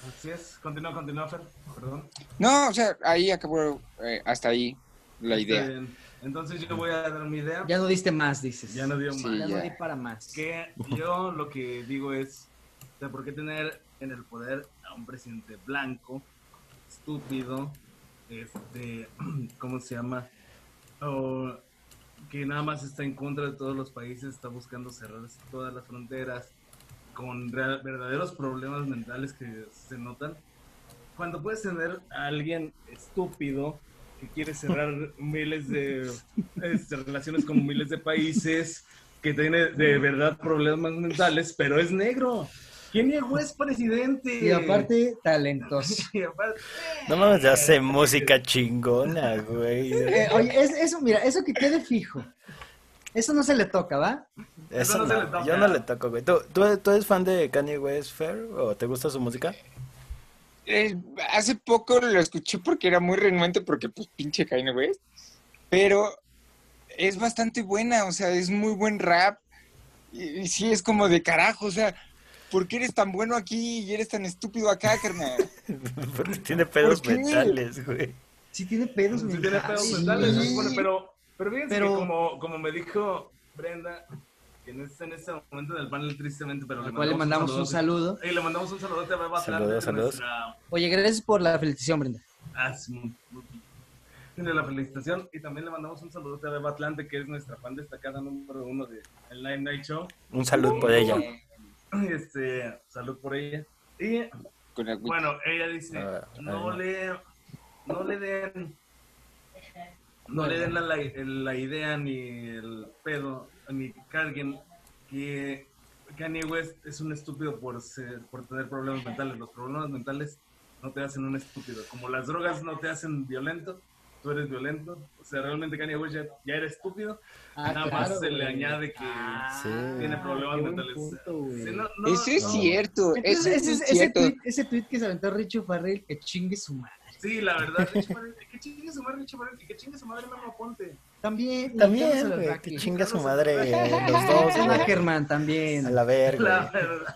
S5: Así es, continúa, continúa, Fer, perdón.
S4: No, o sea, ahí acabó, eh, hasta ahí la
S5: Está
S4: idea.
S5: bien. Eh, Entonces yo voy a dar mi idea.
S1: Ya no diste más, dices.
S5: Ya no dio
S4: Sí.
S5: más.
S1: Ya no
S4: Ya.
S1: di para más.
S5: Que yo lo que digo es, o sea, ¿por qué tener en el poder a un presidente blanco, estúpido, este, ¿cómo se llama? O que nada más está en contra de todos los países, está buscando cerrar todas las fronteras, con real- verdaderos problemas mentales que se notan. Cuando puedes tener a alguien estúpido que quiere cerrar miles de este, relaciones con miles de países, que tiene de verdad problemas mentales, pero es negro. ¿Quién negó es presidente?
S1: Y aparte, talentoso.
S5: Y aparte-
S2: No mames, hace música chingona, güey.
S1: Eh, oye, es- eso, mira, eso que quede fijo. Eso no se le toca, ¿va?
S2: Eso
S5: no se le
S2: no,
S5: toca.
S2: yo no le toco, güey. ¿Tú, tú, tú eres fan de Kanye West, Fair? ¿O te gusta su música?
S4: Eh, hace poco lo escuché porque era muy renuente, porque pues pinche Kanye West, pero es bastante buena, o sea, es muy buen rap, y, y sí es como de carajo, o sea, ¿por qué eres tan bueno aquí y eres tan estúpido acá, carnal?
S2: Porque tiene pedos
S4: qué?
S2: mentales, güey.
S1: Sí tiene pedos,
S5: Sí
S1: mentales.
S2: Ah,
S5: tiene pedos
S1: Sí.
S5: mentales, se supone, pero, pero fíjense
S1: Pero-
S5: que como, como me dijo Brenda, que no está en este momento del panel tristemente, pero
S1: Al cual le mandamos un saludo.
S5: Y le mandamos un saludote a Beba Plan,
S2: Saludos,
S5: de
S2: saludos.
S5: nuestra-
S1: Oye, gracias por la felicitación, Brenda.
S5: Ah, sí, muy- muy bien. Tiene la felicitación y también le mandamos un saludote a Beba Atlante, que es nuestra fan destacada número uno de El Night Night Show.
S2: Un saludo por ella.
S5: Este, salud por ella. Y
S4: Con agüita.
S5: Bueno, ella dice,
S2: A ver,
S5: no
S2: ahí va.
S5: le, no le den, no le den la, la- la idea ni el pedo, ni carguen que Kanye West es un estúpido por ser, por tener problemas mentales. Los problemas mentales no te hacen un estúpido. Como las drogas no te hacen violento, tú eres violento. O sea, realmente Kanye West ya, ya era estúpido.
S1: Ah,
S5: Nada
S1: claro,
S5: más se le
S1: güey.
S5: añade que
S1: Ah,
S5: tiene problemas
S1: qué buen
S5: mentales.
S1: punto, güey.
S5: Sí, no- no-
S4: eso es
S2: no.
S4: cierto,
S1: Entonces,
S4: eso es
S1: ese,
S4: muy
S1: ese
S4: cierto.
S1: tweet, ese tweet que se aventó Richo Farrell, que chingue su madre.
S5: Sí, la verdad, Richo Morel, que chingue su madre, Richo Morel, y que chingue su madre Memo Ponte.
S1: También.
S2: También,
S1: Carlos
S2: güey.
S1: Arraki.
S2: Que chinga su madre eh, los dos,
S1: Carlos
S2: güey.
S1: Ackerman también.
S2: A la verga.
S5: La verdad.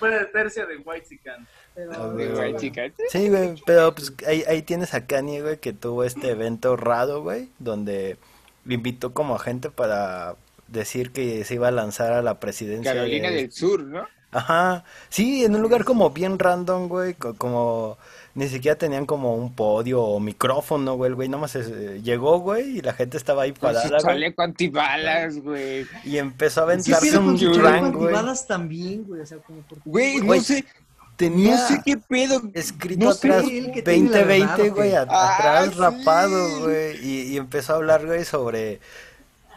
S5: Fue de tercia de White Sican.
S1: Pero-
S2: A
S4: De
S2: ver,
S4: guay,
S2: güey.
S4: chica.
S2: Sí, güey, pero pues ahí, ahí tienes a Kanye, güey, que tuvo este evento raro, güey, donde le invitó como a gente para decir que se iba a lanzar a la presidencia de-
S4: Carolina del Sur, ¿no?
S2: Ajá, sí, en un lugar como bien random, güey, co- como ni siquiera tenían como un podio o micrófono, güey, el güey, nomás eh, llegó, güey, y la gente estaba ahí
S4: Con su
S2: parada, güey,
S4: chaleco antibalas, güey.
S2: y empezó a
S1: Sí,
S2: aventarse
S1: pero con
S2: un
S1: su
S2: rang,
S1: chaleco
S2: güey.
S1: antibalas también, güey. O sea, como por
S4: Güey, no
S2: Güey,
S4: sé,
S2: Tenía
S4: no sé qué pedo.
S2: escrito
S4: No sé,
S2: atrás
S1: él que tiene la
S2: 2020,
S1: verdad, ¿o
S2: güey,
S1: qué?
S2: a-
S4: Ah,
S2: atrás
S4: sí.
S2: rapado, güey, y, y empezó a hablar, güey, sobre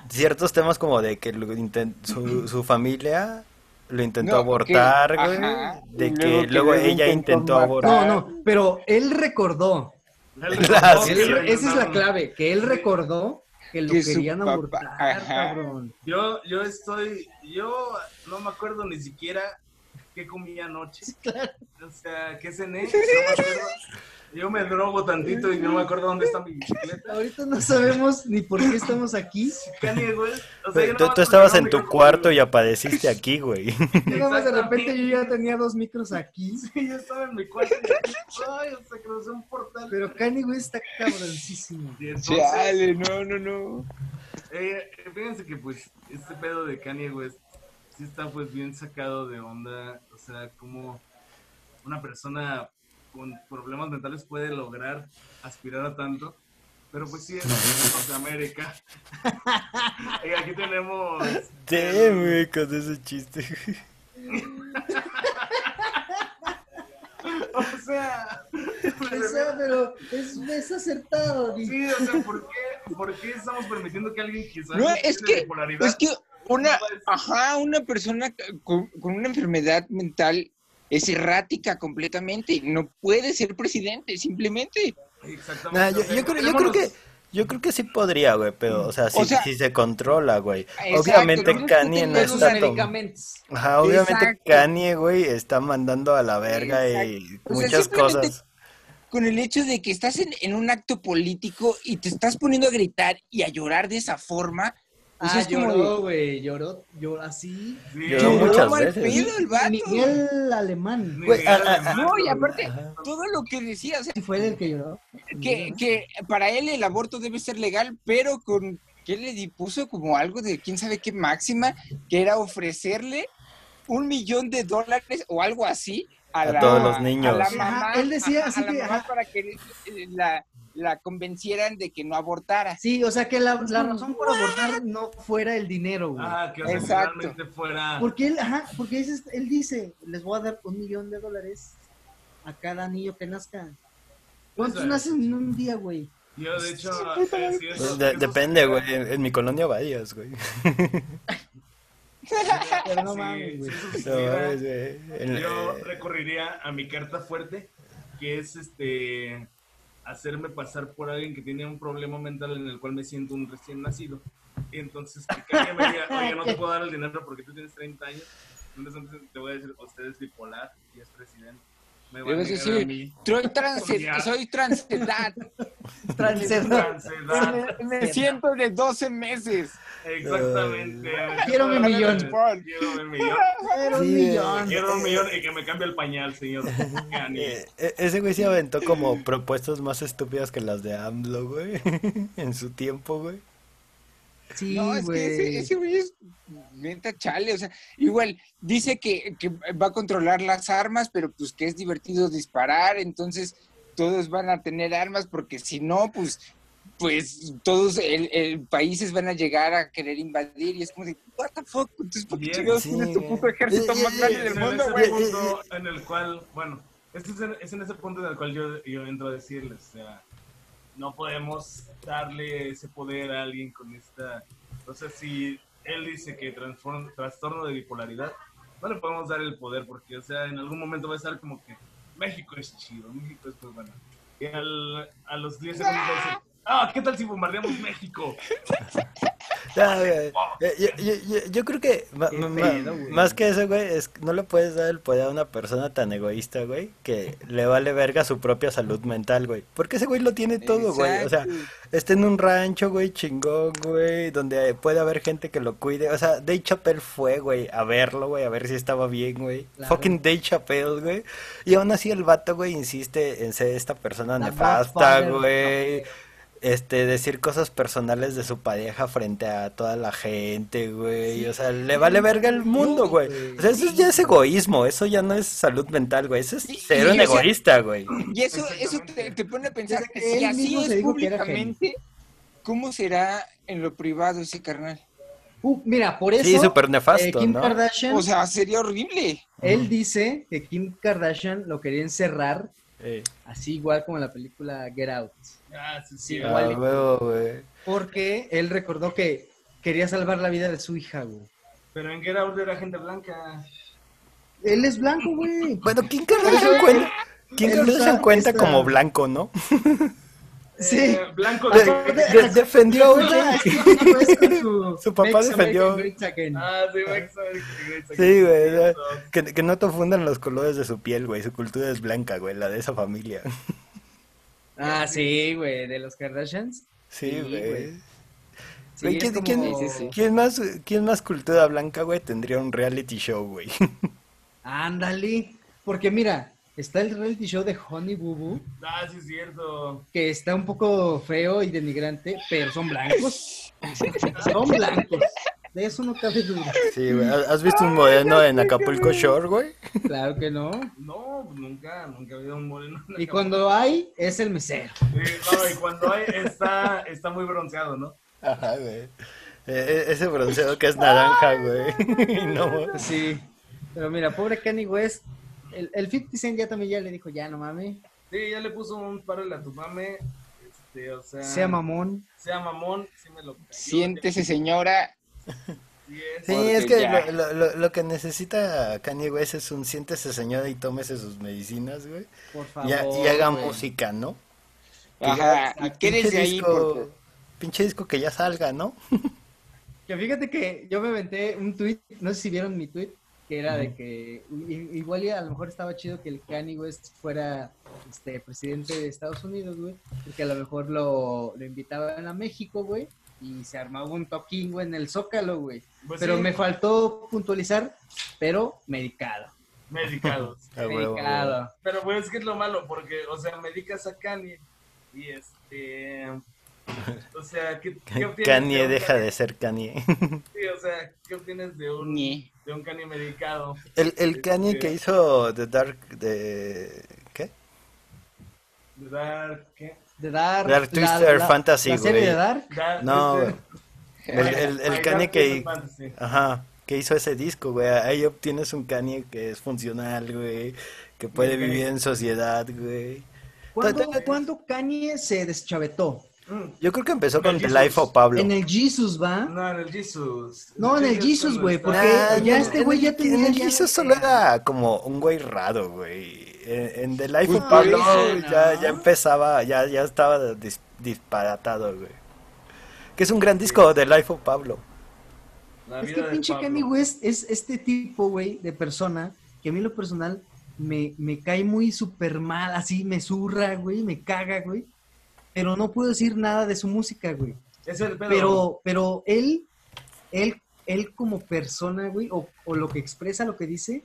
S2: ciertos temas como de que lo inten- su, su familia lo intentó
S4: No,
S2: abortar,
S4: que-
S2: güey,
S4: ajá,
S2: de
S4: y
S2: que
S4: luego que
S2: luego
S4: luego
S2: ella
S4: intentó
S2: intentó
S4: matar.
S1: No,
S2: abortar.
S1: no, pero él recordó.
S2: Gracias.
S1: Él- esa es la clave, que él recordó que lo
S4: Que su
S1: querían
S4: papá-
S1: abortar,
S4: ajá.
S1: cabrón.
S5: Yo, yo estoy, yo no me acuerdo ni siquiera qué comí anoche. O sea, qué cené, no me acuerdo. Yo me drogo tantito y no me acuerdo dónde está mi bicicleta.
S1: Ahorita no sabemos ni por qué estamos aquí.
S5: Kanye West, o sea,
S2: Güey, tú,
S5: yo nada más
S2: tú estabas en
S5: me
S2: tu
S5: acuerdo-
S2: cuarto y apareciste aquí, güey.
S1: Nada más de repente yo
S5: Exactamente.
S1: ya tenía dos micros aquí.
S5: Yo estaba en mi cuarto y ay, o sea, crucé un portal.
S1: Pero Kanye West está cabroncísimo.
S5: Y entonces,
S4: Chale, no, no, no.
S5: Eh, fíjense que pues este pedo de Kanye West sí está pues bien sacado de onda, o sea, como una persona con problemas mentales puede lograr aspirar a tanto, pero pues sí es Norteamérica. y aquí tenemos
S2: Damn, güey, con ese chiste, güey.
S1: pensar, pero es, es acertado.
S5: Sí, o sea, ¿por qué, por qué estamos permitiendo que alguien quizás
S4: No,
S5: tiene
S4: es que,
S5: bipolaridad?
S4: es que una,
S5: Pues-
S4: ajá, una persona con, con una enfermedad mental es errática completamente y no puede ser presidente, simplemente.
S5: Exactamente.
S2: Nah,
S5: o
S2: yo,
S5: sea,
S2: yo creo, yo creo
S5: tenemos-
S2: que yo creo que sí podría, güey, pero, o sea, si,
S4: O sea-
S2: si se controla, güey.
S4: Exacto,
S2: obviamente
S4: no nos
S2: Kanye no
S4: tenemos
S1: Unos
S2: está tom-
S1: medicamentos.
S2: Ajá, obviamente
S4: Exacto.
S2: Kanye, güey, está mandando a la verga y
S4: Exacto. O sea,
S2: muchas
S4: simplemente-
S2: cosas.
S4: Con el hecho de que estás en, en un acto político y te estás poniendo a gritar y a llorar de esa forma, pues
S1: Ah,
S4: es como
S1: lloró, güey. Lloró, lloró así.
S5: Sí,
S2: Yo
S4: lloró
S2: muchas
S4: mal
S2: veces.
S4: pedo el vato.
S1: Miguel Alemán.
S5: ni
S2: Güey,
S5: siquiera
S2: ah,
S5: de
S2: ah,
S4: No, y
S5: mato,
S4: aparte,
S2: Ajá.
S4: todo lo que decía, o sea,
S1: Sí fue el que lloró.
S4: que, que para él el aborto debe ser legal, pero con que él le puso como algo de quién sabe qué máxima, que era ofrecerle un millón de dólares o algo así a,
S2: A
S4: la-
S2: todos los niños.
S4: a la
S2: Ajá,
S4: mamá,
S1: él decía así
S4: a la
S1: que,
S4: mamá
S1: ajá.
S4: para que eh, la, la convencieran de que no abortara.
S1: Sí, o sea que la, la razón por abortar no fuera el dinero, güey.
S5: Ah, que o sea,
S4: Exacto.
S5: realmente fuera.
S1: Porque él, ajá, porque ese es- él dice, les voy a dar un millón de dólares a cada niño que nazca. ¿Cuántos
S5: Eso es.
S1: nacen en un día, güey?
S5: Yo, de hecho,
S1: puta
S5: eh, sí, esos-
S2: De-
S5: esos-
S2: depende, güey. En, en mi colonia varias, güey.
S1: Pero no
S5: sí,
S1: mames, güey.
S5: sí, eso
S2: No
S5: sucediera,
S2: mames, güey. En-
S5: Yo
S2: eh,
S5: recurriría a mi carta fuerte, que es este hacerme pasar por alguien que tiene un problema mental en el cual me siento un recién nacido. Y entonces que Kanye me diga, oye, no te puedo dar el dinero porque tú tienes 30 años. Entonces antes te voy a decir, usted es bipolar y es presidente. Me va a
S4: Debes
S5: negar a
S4: decir,
S5: mí.
S4: Soy, transe-
S5: Ya.
S4: soy transedad,
S1: Transedad.
S5: Ansiedad.
S4: me, me siento de 12 meses.
S5: Exactamente.
S1: Quiero mi millón.
S5: Quiero mi millón.
S1: Era un
S2: Sí,
S1: millón.
S5: Quiero un millón y que me cambie el pañal, señor. Kanye.
S2: eh, e- ese güey se aventó como propuestas más estúpidas que las de AMLO, güey. En su tiempo, güey.
S1: Sí,
S4: No, es
S1: güey.
S4: que ese, ese güey es neta chale, o sea, igual dice que, que va a controlar las armas, pero pues que es divertido disparar, entonces todos van a tener armas porque si no, pues pues todos el, el- países van a llegar a querer invadir y es como de what the fuck, entonces ¿por qué
S5: Bien,
S4: chingados
S2: sí,
S4: tienes tu
S2: güey.
S4: puto ejército
S2: Eh,
S4: más
S2: eh,
S4: grande
S5: Es
S4: del
S5: en
S4: mundo,
S5: ese
S4: güey?
S5: punto en el cual, bueno, este es, en, es en ese punto en el cual yo, yo entro a decirles, o sea, no podemos darle ese poder a alguien con esta... O sea, si él dice que transform- trastorno de bipolaridad, no le podemos dar el poder porque, o sea, en algún momento va a estar como que México es chido, México es muy bueno. Y al- a los 10 segundos va a decir, ah, ¿qué tal si bombardeamos México?
S2: Ah, güey, eh, yo, yo- yo- yo creo que ma-
S1: Qué
S2: ma-
S1: pedo, güey.
S2: más que eso, güey, es que no le puedes dar el poder a una persona tan egoísta, güey, que le vale verga su propia salud mental, güey. Porque ese güey lo tiene todo, güey. O sea,
S4: Exacto.
S2: está en un rancho, güey, chingón, güey, donde puede haber gente que lo cuide. O sea, Dave Chappelle fue, güey, a verlo, güey, a ver si estaba bien, güey.
S1: Claro.
S2: Fucking Dave Chappelle, güey. Y aún así el vato, güey, insiste en ser esta persona
S1: La
S2: nefasta,
S1: Godfather.
S2: güey. Este, decir cosas personales de su pareja frente a toda la gente, güey. O sea, le vale verga el mundo, güey. O sea, eso ya es egoísmo, eso ya no es salud mental, güey. Eso es
S4: Sí,
S2: ser un
S4: y, o sea,
S2: egoísta, güey.
S4: Y eso, eso
S5: Exactamente.
S4: te, te pone a pensar,
S1: Desde que
S4: si
S1: él
S4: así
S1: mismo se
S4: es
S1: dijo que era
S4: públicamente, ¿cómo será en lo privado ese carnal?
S1: Uh, mira, por eso.
S2: Sí, súper nefasto,
S1: eh, Kim
S2: ¿no?
S1: Kardashian,
S4: O sea, sería horrible.
S1: él dice que Kim Kardashian lo quería encerrar
S2: Eh,
S1: así igual como en la película Get Out.
S5: Ah, sí,
S1: Sí,
S5: sí.
S2: ah,
S1: igualito.
S2: huevo, güey.
S1: Porque él recordó que quería salvar la vida de su hija, güey.
S5: Pero en Get Out era gente blanca.
S1: Él es blanco, güey.
S2: Bueno, ¿quién Kardashian cuenta? ¿Quién
S1: Él
S2: Kardashian
S1: usa
S2: cuenta
S1: esta-
S2: como blanco, no?
S1: Sí.
S5: Eh, blanco
S2: De-
S5: de...
S2: de- defendió a OJ.
S1: su,
S2: Su papá defendió-
S5: Ah, sí, Max, Max, Max.
S2: Sí, güey. o sea, Que, que no te fundan los colores de su piel, güey. Su cultura es blanca, güey. La de esa familia.
S1: Ah, sí, güey, de los Kardashians.
S2: Sí,
S1: Sí,
S2: güey.
S1: güey. Sí,
S2: Güey,
S1: es
S2: ¿quién,
S1: como-
S2: quién- quién más, quién más cultura blanca, güey, tendría un reality show, güey?
S1: Ándale. Porque mira, está el reality show de Honey Boo Boo,
S5: Ah, sí, es cierto.
S1: que está un poco feo y denigrante, pero son blancos. Son blancos. De eso no cabe duda.
S2: Sí, güey. ¿Has has visto un moderno en Acapulco Shore, güey?
S1: Claro que no.
S5: No, pues nunca, nunca había un moreno. en la
S1: Y cuando hay, es el mesero.
S5: cama. Sí, no, y cuando hay, está, está muy bronceado, ¿no?
S2: Ajá, güey. Eh, eh, ese bronceado que es naranja, güey. No,
S1: Sí. Pero mira, pobre Kanye West. El, el 50 Cent ya también ya le dijo, ya no mames.
S5: Sí, ya le puso un paro a tu mame. Este, o sea,
S1: Sea mamón.
S5: sea mamón, sí me lo cayó.
S4: Siéntese, señora.
S5: Sí, es-
S2: Sí,
S4: Porque
S2: es que
S4: ya.
S2: lo, lo- lo- lo que necesita Kanye West es un siéntese señora y tómese sus medicinas, güey.
S1: Por
S2: Y,
S1: favor.
S2: ha- y haga
S1: güey.
S2: música, ¿no?
S4: Ajá, y quédese
S2: Pinche
S4: ahí
S2: disco-
S4: porque...
S2: Pinche disco que ya salga, ¿no?
S1: Que fíjate que yo me aventé un tweet, no sé si vieron mi tweet, que era de que i- igual y a lo mejor estaba chido que el Kanye West fuera este, presidente de Estados Unidos, güey, porque a lo mejor lo, lo invitaban a México, güey, y se armaba un toquín, güey, en el Zócalo, güey.
S5: pues
S1: pero
S5: sí,
S1: me faltó puntualizar, pero medicado.
S5: medicados.
S2: A
S1: Ah,
S2: huevo, Ah, güey.
S1: medicado.
S5: Pero pues es que es lo malo, porque, o sea, medicas a Kanye y este... O sea, ¿qué, qué obtienes de
S2: Kanye
S5: un
S2: deja de ser Kanye.
S5: Sí, o sea, ¿qué obtienes de un,
S4: Ñe.
S5: de un Kanye medicado?
S2: El, el Kanye que hizo The Dark de ¿qué?
S5: De dar, ¿qué?
S1: De dar.
S2: Dark Twister Fantasy,
S1: La serie
S2: güey.
S1: de Dark.
S5: Dar-
S2: No,
S5: este-
S2: el, el, el
S5: My
S2: Kanye
S5: Dark
S2: que
S5: Fantasy.
S2: ajá, que hizo ese disco, güey. Ahí obtienes un Kanye que es funcional, güey, que puede
S5: Ok.
S2: vivir en sociedad, güey.
S1: ¿Cuándo,
S2: Ta- ta-
S1: cuándo Kanye se deschavetó?
S5: Mm,
S2: Yo creo que empezó con The
S5: Jesus.
S2: Life of Pablo.
S1: En el Jesus,
S2: ¿Ah?
S1: ¿va?
S5: No, en el Jesus.
S1: No, en el Jesus, güey,
S5: cuando
S1: porque
S5: está-
S2: Nah,
S1: ya
S2: Ah, no,
S1: este
S2: en
S1: güey
S2: el-
S1: ya tenía
S2: En el
S1: ya-
S2: Jesus solo era como un güey raro, güey. En, en The Life
S4: Pues
S2: of
S4: por
S2: Pablo
S4: eso,
S2: ya,
S1: ¿no?
S2: ya empezaba, ya, ya estaba dis- disparatado, güey. Que es un gran disco, The Life of Pablo.
S5: La
S1: Es
S5: vida
S1: que
S5: de
S1: este pinche
S5: Pablo.
S1: Kanye West es este tipo, güey, de persona que a mí en lo personal me, me cae muy súper mal, así me zurra, güey, me caga, güey. Pero no puedo decir nada de su música, güey.
S5: Es el pedo.
S1: Pero, pero él, él, él como persona, güey, o, o lo que expresa, lo que dice,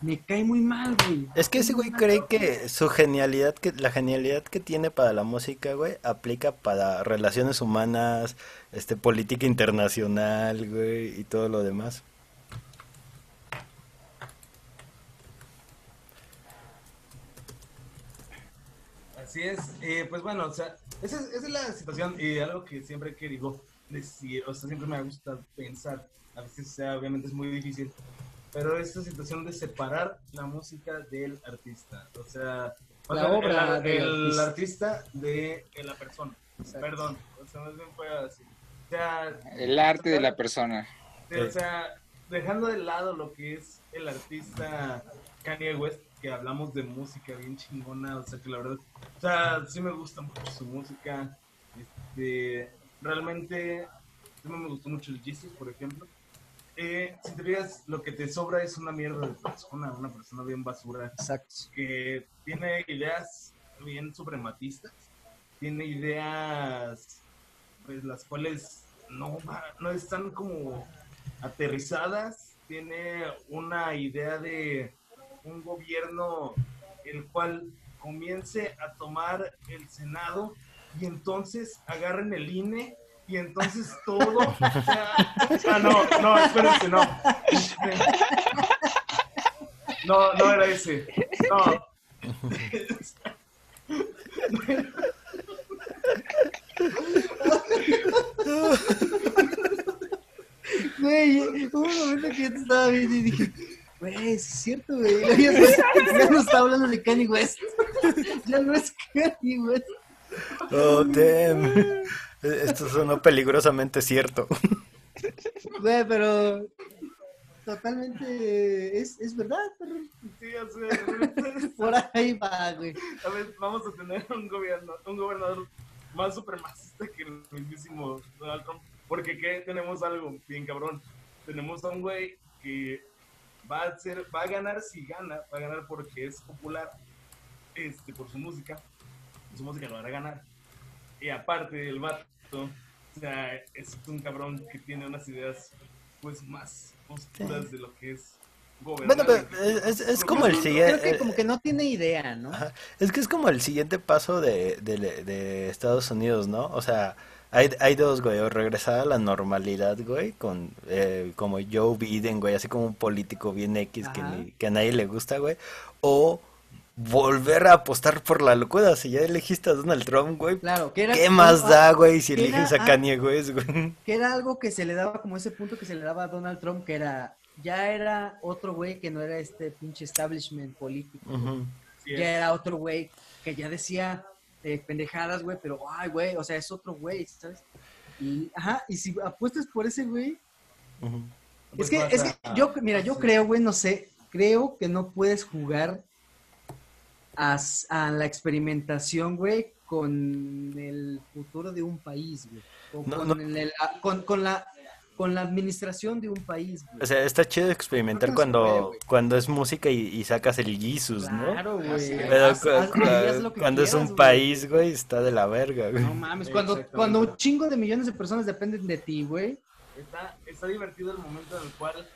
S1: me cae muy mal, güey.
S2: Es que ese güey cree que su genialidad, que la genialidad que tiene para la música, güey, aplica para relaciones humanas, este, política internacional, güey, y todo lo demás.
S5: Así es, eh, pues bueno, o sea, esa es, esa es la situación y algo que siempre que digo, decir, o sea, siempre me gusta pensar, a veces o sea, obviamente es muy difícil, pero esta situación de separar la música del artista, o sea, o
S1: La
S5: sea, el
S1: obra
S5: ar-
S1: del
S5: el,
S1: artista.
S5: artista de, de la persona, perdón, o sea, más bien fue así, o sea,
S4: El arte de la persona.
S5: Sí, o sea, dejando de lado lo que es el artista Kanye West, que hablamos de música bien chingona, o sea, que la verdad, o sea, sí me gusta mucho su música. Este, realmente, sí me gustó mucho el Jesus, por ejemplo. Eh, si te fijas, lo que te sobra es una mierda de persona, una persona bien basura,
S1: Exacto.
S5: que tiene ideas bien suprematistas, tiene ideas pues las cuales no, ma- no están como aterrizadas, tiene una idea de un gobierno el cual comience a tomar el Senado y entonces agarren el INE y entonces todo... o sea, ah, no, no, espérense, no. Este, No, no era ese. No.
S1: Güey, hubo un momento que yo te estaba viendo y dije, güey, es cierto, güey. Ya, ya- ya no está hablando de Kanye West. Ya no es Kanye West.
S2: Oh, damn. Esto sonó peligrosamente cierto.
S1: Güey, pero totalmente es, es verdad, perro.
S5: Sí, o sea,
S1: Por ahí va, güey.
S5: A ver, vamos a tener un gobierno, un gobernador más supremacista que el mismísimo Donald Trump. Porque ¿qué? tenemos algo bien cabrón. Tenemos a un güey que va a ser, va a ganar si gana, va a ganar porque es popular, este, por su música. Su música lo hará ganar. Y aparte el vato, o sea, es un cabrón que tiene unas ideas pues más oscuras de lo que es
S2: Bueno,
S5: gobernar.
S2: pero es, es- es como el
S1: Creo que
S2: siguiente.
S1: como que no tiene idea, ¿no?
S2: eh, Ajá. Es que es como el siguiente paso de, de- de Estados Unidos, ¿no? O sea, hay, hay dos, güey, o regresar a la normalidad, güey, con eh, como Joe Biden, güey, así como un político bien X que,
S1: Ajá.
S2: ni- que a nadie le gusta, güey, o volver a apostar por la locura, si ya elegiste a Donald Trump, güey,
S1: Claro, que era,
S2: ¿qué más da, güey, si
S1: que era-
S2: eliges a Kanye West, güey?
S1: que era algo que se le daba como ese punto que se le daba a Donald Trump, que era, ya era otro güey que no era este pinche establishment político.
S2: Ujú.
S5: Yes.
S1: ya era otro güey que ya decía eh, pendejadas, güey, pero ay, güey, o sea, es otro güey, ¿sabes? Y, ajá, y si apuestas por ese güey,
S2: Ujú.
S1: es
S5: Pues
S1: que,
S5: vas
S1: es que
S5: a-
S1: yo, mira, yo
S5: sí.
S1: creo, güey, no sé, creo que no puedes jugar a, s- a la experimentación, güey, con el futuro de un país, güey. O
S2: No,
S1: con,
S2: no.
S1: el- la- con- con la, con la administración de un país, güey.
S2: O sea, está chido experimentar
S1: Creo que no se puede,
S2: cuando,
S1: güey.
S2: cuando es música y, y sacas el Jesus, ¿no?
S1: Claro, güey.
S4: Así es.
S2: Pero
S1: Haz-
S2: cu-
S1: haz-
S2: cu-
S1: haz lo que
S2: cuando es
S1: quieras,
S2: un
S1: güey.
S2: país, güey, está de la verga, güey.
S1: No mames, cuando,
S5: Exactamente.
S1: cuando un chingo de millones de personas dependen de ti, güey.
S5: Está, está divertido el momento en el cual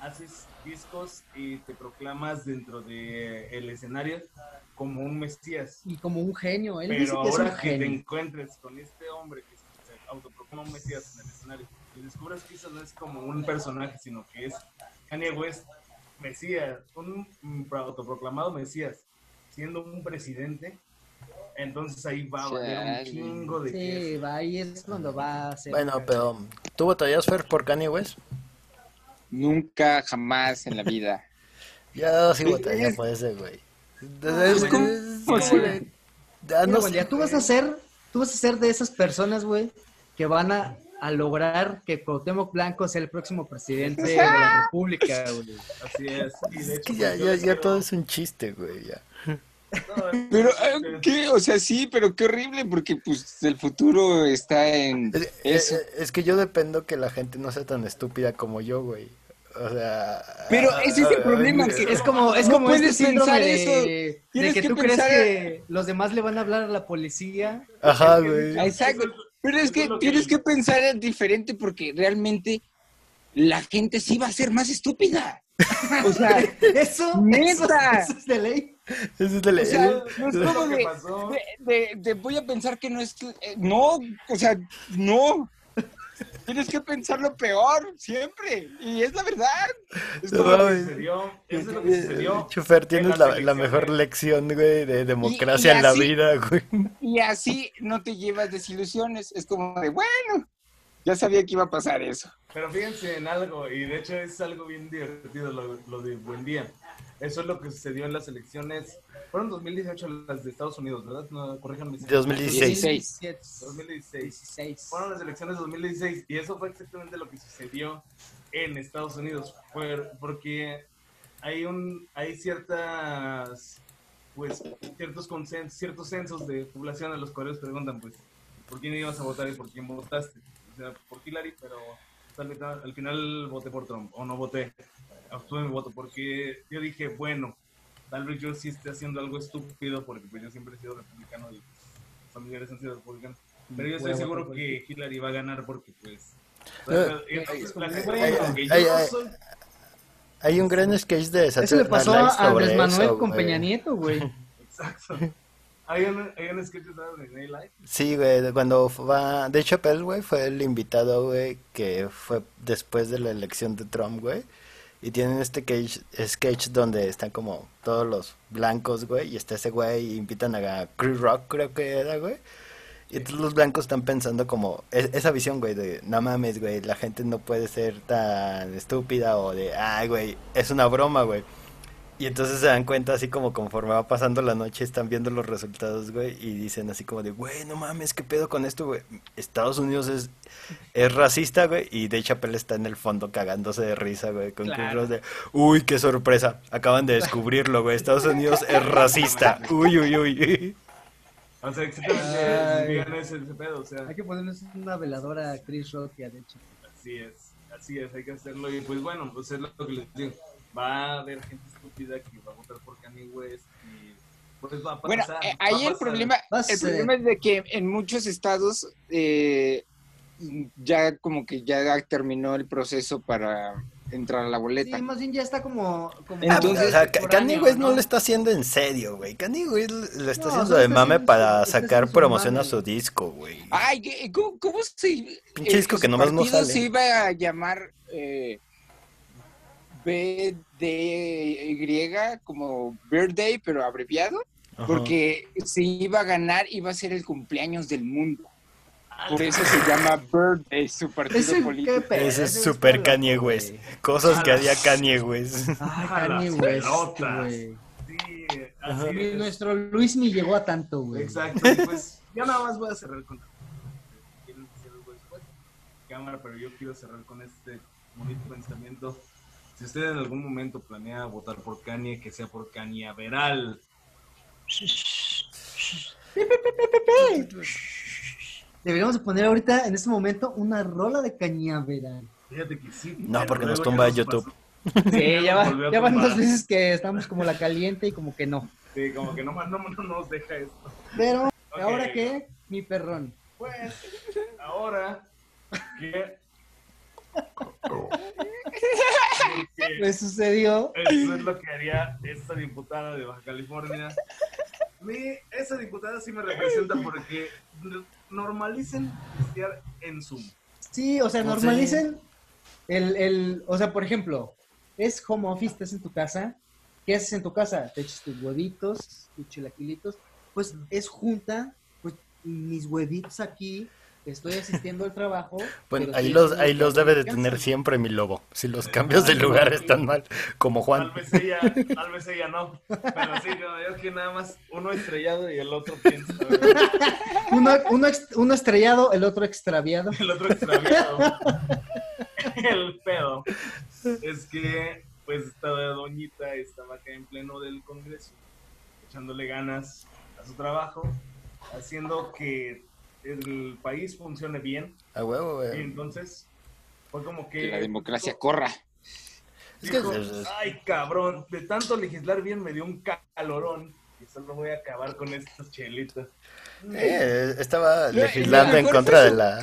S5: haces discos y te proclamas dentro del el escenario como un mesías.
S1: Y como un genio, él dice
S5: Pero
S1: que es un
S5: ahora que te
S1: genio.
S5: encuentres con este hombre que se autoproclama un mesías en el escenario y descubras que eso no es como un personaje, sino que es Kanye West, mesías, un mm, autoproclamado mesías, siendo un presidente, entonces ahí va a valer un
S4: Chale.
S5: chingo de que
S1: Sí, va, ahí es cuando va a ser.
S2: Bueno, pero ¿tú batallas Fer por Kanye West?
S4: Nunca, jamás en la vida.
S2: Yo sí
S4: Sí,
S2: batallé
S4: es-
S2: por ese, güey.
S4: Ah, es como- sí.
S2: de- Ya
S1: Mira,
S2: Ah, no
S1: Juan,
S2: sé,
S1: ya tú vas a ser, tú vas a ser de esas personas, güey, que van a, a lograr que Cuauhtémoc Blanco sea el próximo presidente de la República, güey.
S5: así es. Y de
S2: es
S5: hecho,
S2: que
S5: pues,
S2: ya,
S5: yo
S2: ya,
S5: creo-
S2: ya todo es un chiste, güey, ya.
S5: No, es-
S4: Pero,
S5: es-
S4: ah, ¿qué? O sea, sí, pero qué horrible, porque pues el futuro está en
S2: Es,
S4: eso.
S2: es- es que yo dependo que la gente no sea tan estúpida como yo, güey. O sea...
S4: Pero
S2: ah,
S4: ese es el
S2: ah,
S4: problema,
S2: ah,
S4: que-
S1: Es como, es
S4: No
S1: como este
S4: puedes
S1: síndrome
S4: pensar
S1: de-
S4: eso.
S1: de,
S4: Tienes
S1: que
S4: que
S1: tú
S4: pensar-
S1: crees que los demás le van a hablar a la policía.
S2: Ajá, güey.
S4: Ah, Exacto. Pero es que tienes que pensar en diferente porque realmente la gente sí va a ser más estúpida. O sea,
S1: Eso, eso,
S4: ¡Neta!
S1: eso es de ley.
S2: Eso es de la-
S4: o sea, no es
S5: es
S4: como
S5: lo que
S4: de,
S5: pasó.
S4: de- de- de voy a pensar que no es... eh, no, o sea, no. Tienes que pensar lo peor siempre. Y es la verdad. Es
S2: No
S4: como-
S5: Eso es lo
S2: mames.
S5: que sucedió, eso es lo que sucedió.
S2: Eh,
S5: ¿eh?
S2: Chofer,
S5: en
S2: tienes
S5: las
S2: la, la
S5: elecciones.
S2: mejor lección, güey, de democracia
S4: Y- y
S2: en la
S4: así-
S2: vida, güey.
S4: Y así no te llevas desilusiones. Es como de, bueno, ya sabía que iba a pasar eso.
S5: Pero fíjense en algo, y de hecho es algo bien divertido lo, lo de Buen Día. Eso es lo que sucedió en las elecciones. Fueron 2018 las de Estados Unidos, ¿verdad? No, corríjanme. si-
S2: 2016.
S5: 2016.
S1: 16.
S5: Fueron las elecciones de 2016 y eso fue exactamente lo que sucedió en Estados Unidos. Fue porque hay un hay ciertas pues ciertos consensos, ciertos censos de población a los cuales preguntan pues por quién ibas a votar y por quién votaste. O sea, por Hillary, pero tal vez al al final voté por Trump o no voté. Obtuve mi voto porque yo dije, bueno, tal vez yo sí esté haciendo algo estúpido porque pues yo siempre he sido republicano y mis familiares han sido republicanos. Pero yo estoy
S1: Voy a
S5: seguro
S1: votar por
S5: que Hillary va a ganar porque pues...
S2: Eh,
S5: y entonces,
S1: ay,
S5: la
S1: ay,
S5: gente,
S2: ay,
S5: aunque yo
S2: ay,
S5: no
S2: ay.
S5: soy
S2: Hay un gran sketch de
S1: Eso le
S2: Saturday
S1: pasó
S2: Night Live
S1: a Andrés
S2: sobre
S1: Manuel
S2: eso,
S1: con
S2: güey.
S1: Peña Nieto, güey.
S5: Exacto. Hay un, hay un sketch de Saturday Night Live.
S2: Sí, güey, de cuando va... De hecho, Chappelle, güey, fue el invitado, güey, que fue después de la elección de Trump, güey. Y tienen este cage- sketch donde están como todos los blancos, güey, y está ese güey, y invitan a Chris Rock, creo que era, güey. Y entonces los blancos están pensando como es- esa visión, güey, de no mames, güey, la gente no puede ser tan estúpida o de, ay, güey, es una broma, güey. Y entonces se dan cuenta así como conforme va pasando la noche, están viendo los resultados, güey, y dicen así como de, güey, no mames, ¿qué pedo con esto, güey? Estados Unidos es, es racista, güey, y Dave Chappelle está en el fondo cagándose de risa, güey, con Chris
S1: Claro.
S2: Rock de, uy, qué sorpresa, acaban de descubrirlo, güey, Estados Unidos es racista, uy, uy, uey.
S5: O sea, exactamente, vean ese, ese pedo, o sea...
S1: Hay que ponernos una veladora a Chris Rock y a De hecho.
S5: Así es, así es, hay que hacerlo. Y pues bueno, pues es lo que les digo. Va a haber gente estúpida que va a votar por Kanye West y pues va a pasar.
S4: Bueno, eh,
S5: va a
S4: ahí el
S5: pasar.
S4: problema,
S1: Vas a
S4: el
S1: ser-
S4: problema es de que en muchos estados eh, ya como que ya terminó el proceso para entrar a la boleta.
S1: Sí, más bien ya está como. como
S2: Ah,
S4: Entonces,
S2: o sea, Ka- Kanye
S1: pues, contemporáneo,
S2: West no lo está haciendo en serio, güey. Kanye West lo está
S1: No,
S2: haciendo
S1: solo
S2: de
S1: está
S2: mame
S1: haciendo
S2: para
S1: su- está
S2: sacar
S1: haciendo su
S2: promoción
S1: mame. Ah,
S2: a su disco, güey.
S4: Ay, ¿qué- ¿cómo, cómo se...
S2: Pinche disco
S4: su
S2: que nomás no
S4: partido
S2: sale.
S4: se iba a llamar eh, BDY, como Birthday, pero abreviado,
S2: Ajá.
S4: porque se iba a ganar, iba a ser el cumpleaños del mundo. Por eso se llama Birthday, su partido
S1: Ese
S4: político.
S1: qué pedo,
S2: Ese es
S1: ese
S2: super
S1: loco,
S2: Kanye
S1: güey.
S2: West. Cosas que haría Kanye West.
S1: Ay,
S5: A
S1: Kanye
S5: las
S1: West.
S5: pelotas.
S1: güey.
S5: Sí, Así es.
S1: Nuestro Luis me llegó a tanto, güey.
S5: Exacto, y pues ya nada más voy a cerrar con. ¿Quieren decir algo después? Cámara, pero yo quiero cerrar con este bonito pensamiento. Si usted en algún momento planea votar por Kanye, que sea por Kanye Veral.
S1: Deberíamos de poner ahorita, en este momento, una rola de cañaveral.
S5: Fíjate que sí.
S2: No,
S5: pero
S2: porque nos
S5: luego
S2: tumba
S5: ya nos
S2: YouTube.
S5: pasó.
S1: Sí, ya, va-
S5: volvió a
S1: ya van
S5: tumbar.
S1: dos veces que estamos como la caliente y como que no.
S5: Sí, como que no, no, no nos deja esto.
S1: Pero,
S5: Ok.
S1: ¿ahora qué? Mi perrón.
S5: Pues, ahora que
S1: Me sucedió.
S5: Eso es lo que haría esta diputada de Baja California. Mi, esa diputada sí me representa porque n- normalicen pistear en Zoom.
S1: Sí, o sea,
S2: Pues,
S1: normalicen el, el, o sea, por ejemplo, es home office, estás en tu casa. ¿Qué haces en tu casa? Te echas tus huevitos, tus chilaquilitos. Pues es junta, pues mis huevitos aquí, estoy asistiendo al trabajo.
S2: Bueno,
S1: pero
S2: ahí
S1: estoy
S2: los,
S1: haciendo
S2: ahí
S1: lo
S2: los
S1: que
S2: debe de
S1: me
S2: tener
S1: alcanza.
S2: siempre mi lobo. Si los cambios de lugar están mal, como Juan.
S5: Tal vez ella, tal vez ella no. Pero sí, no, yo que nada más uno estrellado y el otro piensa. ¿verdad?
S1: Uno, uno ex- uno estrellado, el otro extraviado.
S5: El otro extraviado. El pedo. Es que, pues, esta doñita estaba acá en pleno del Congreso, echándole ganas a su trabajo, haciendo que el país funcione bien.
S2: A huevo,
S5: Y
S2: güey.
S5: entonces, fue como que.
S4: Que la democracia corra.
S2: Es que-
S5: dijo, Ay, cabrón, de tanto legislar bien me dio un calorón. Y solo voy a acabar con estas chelitas.
S2: Eh, estaba legislando en contra de la.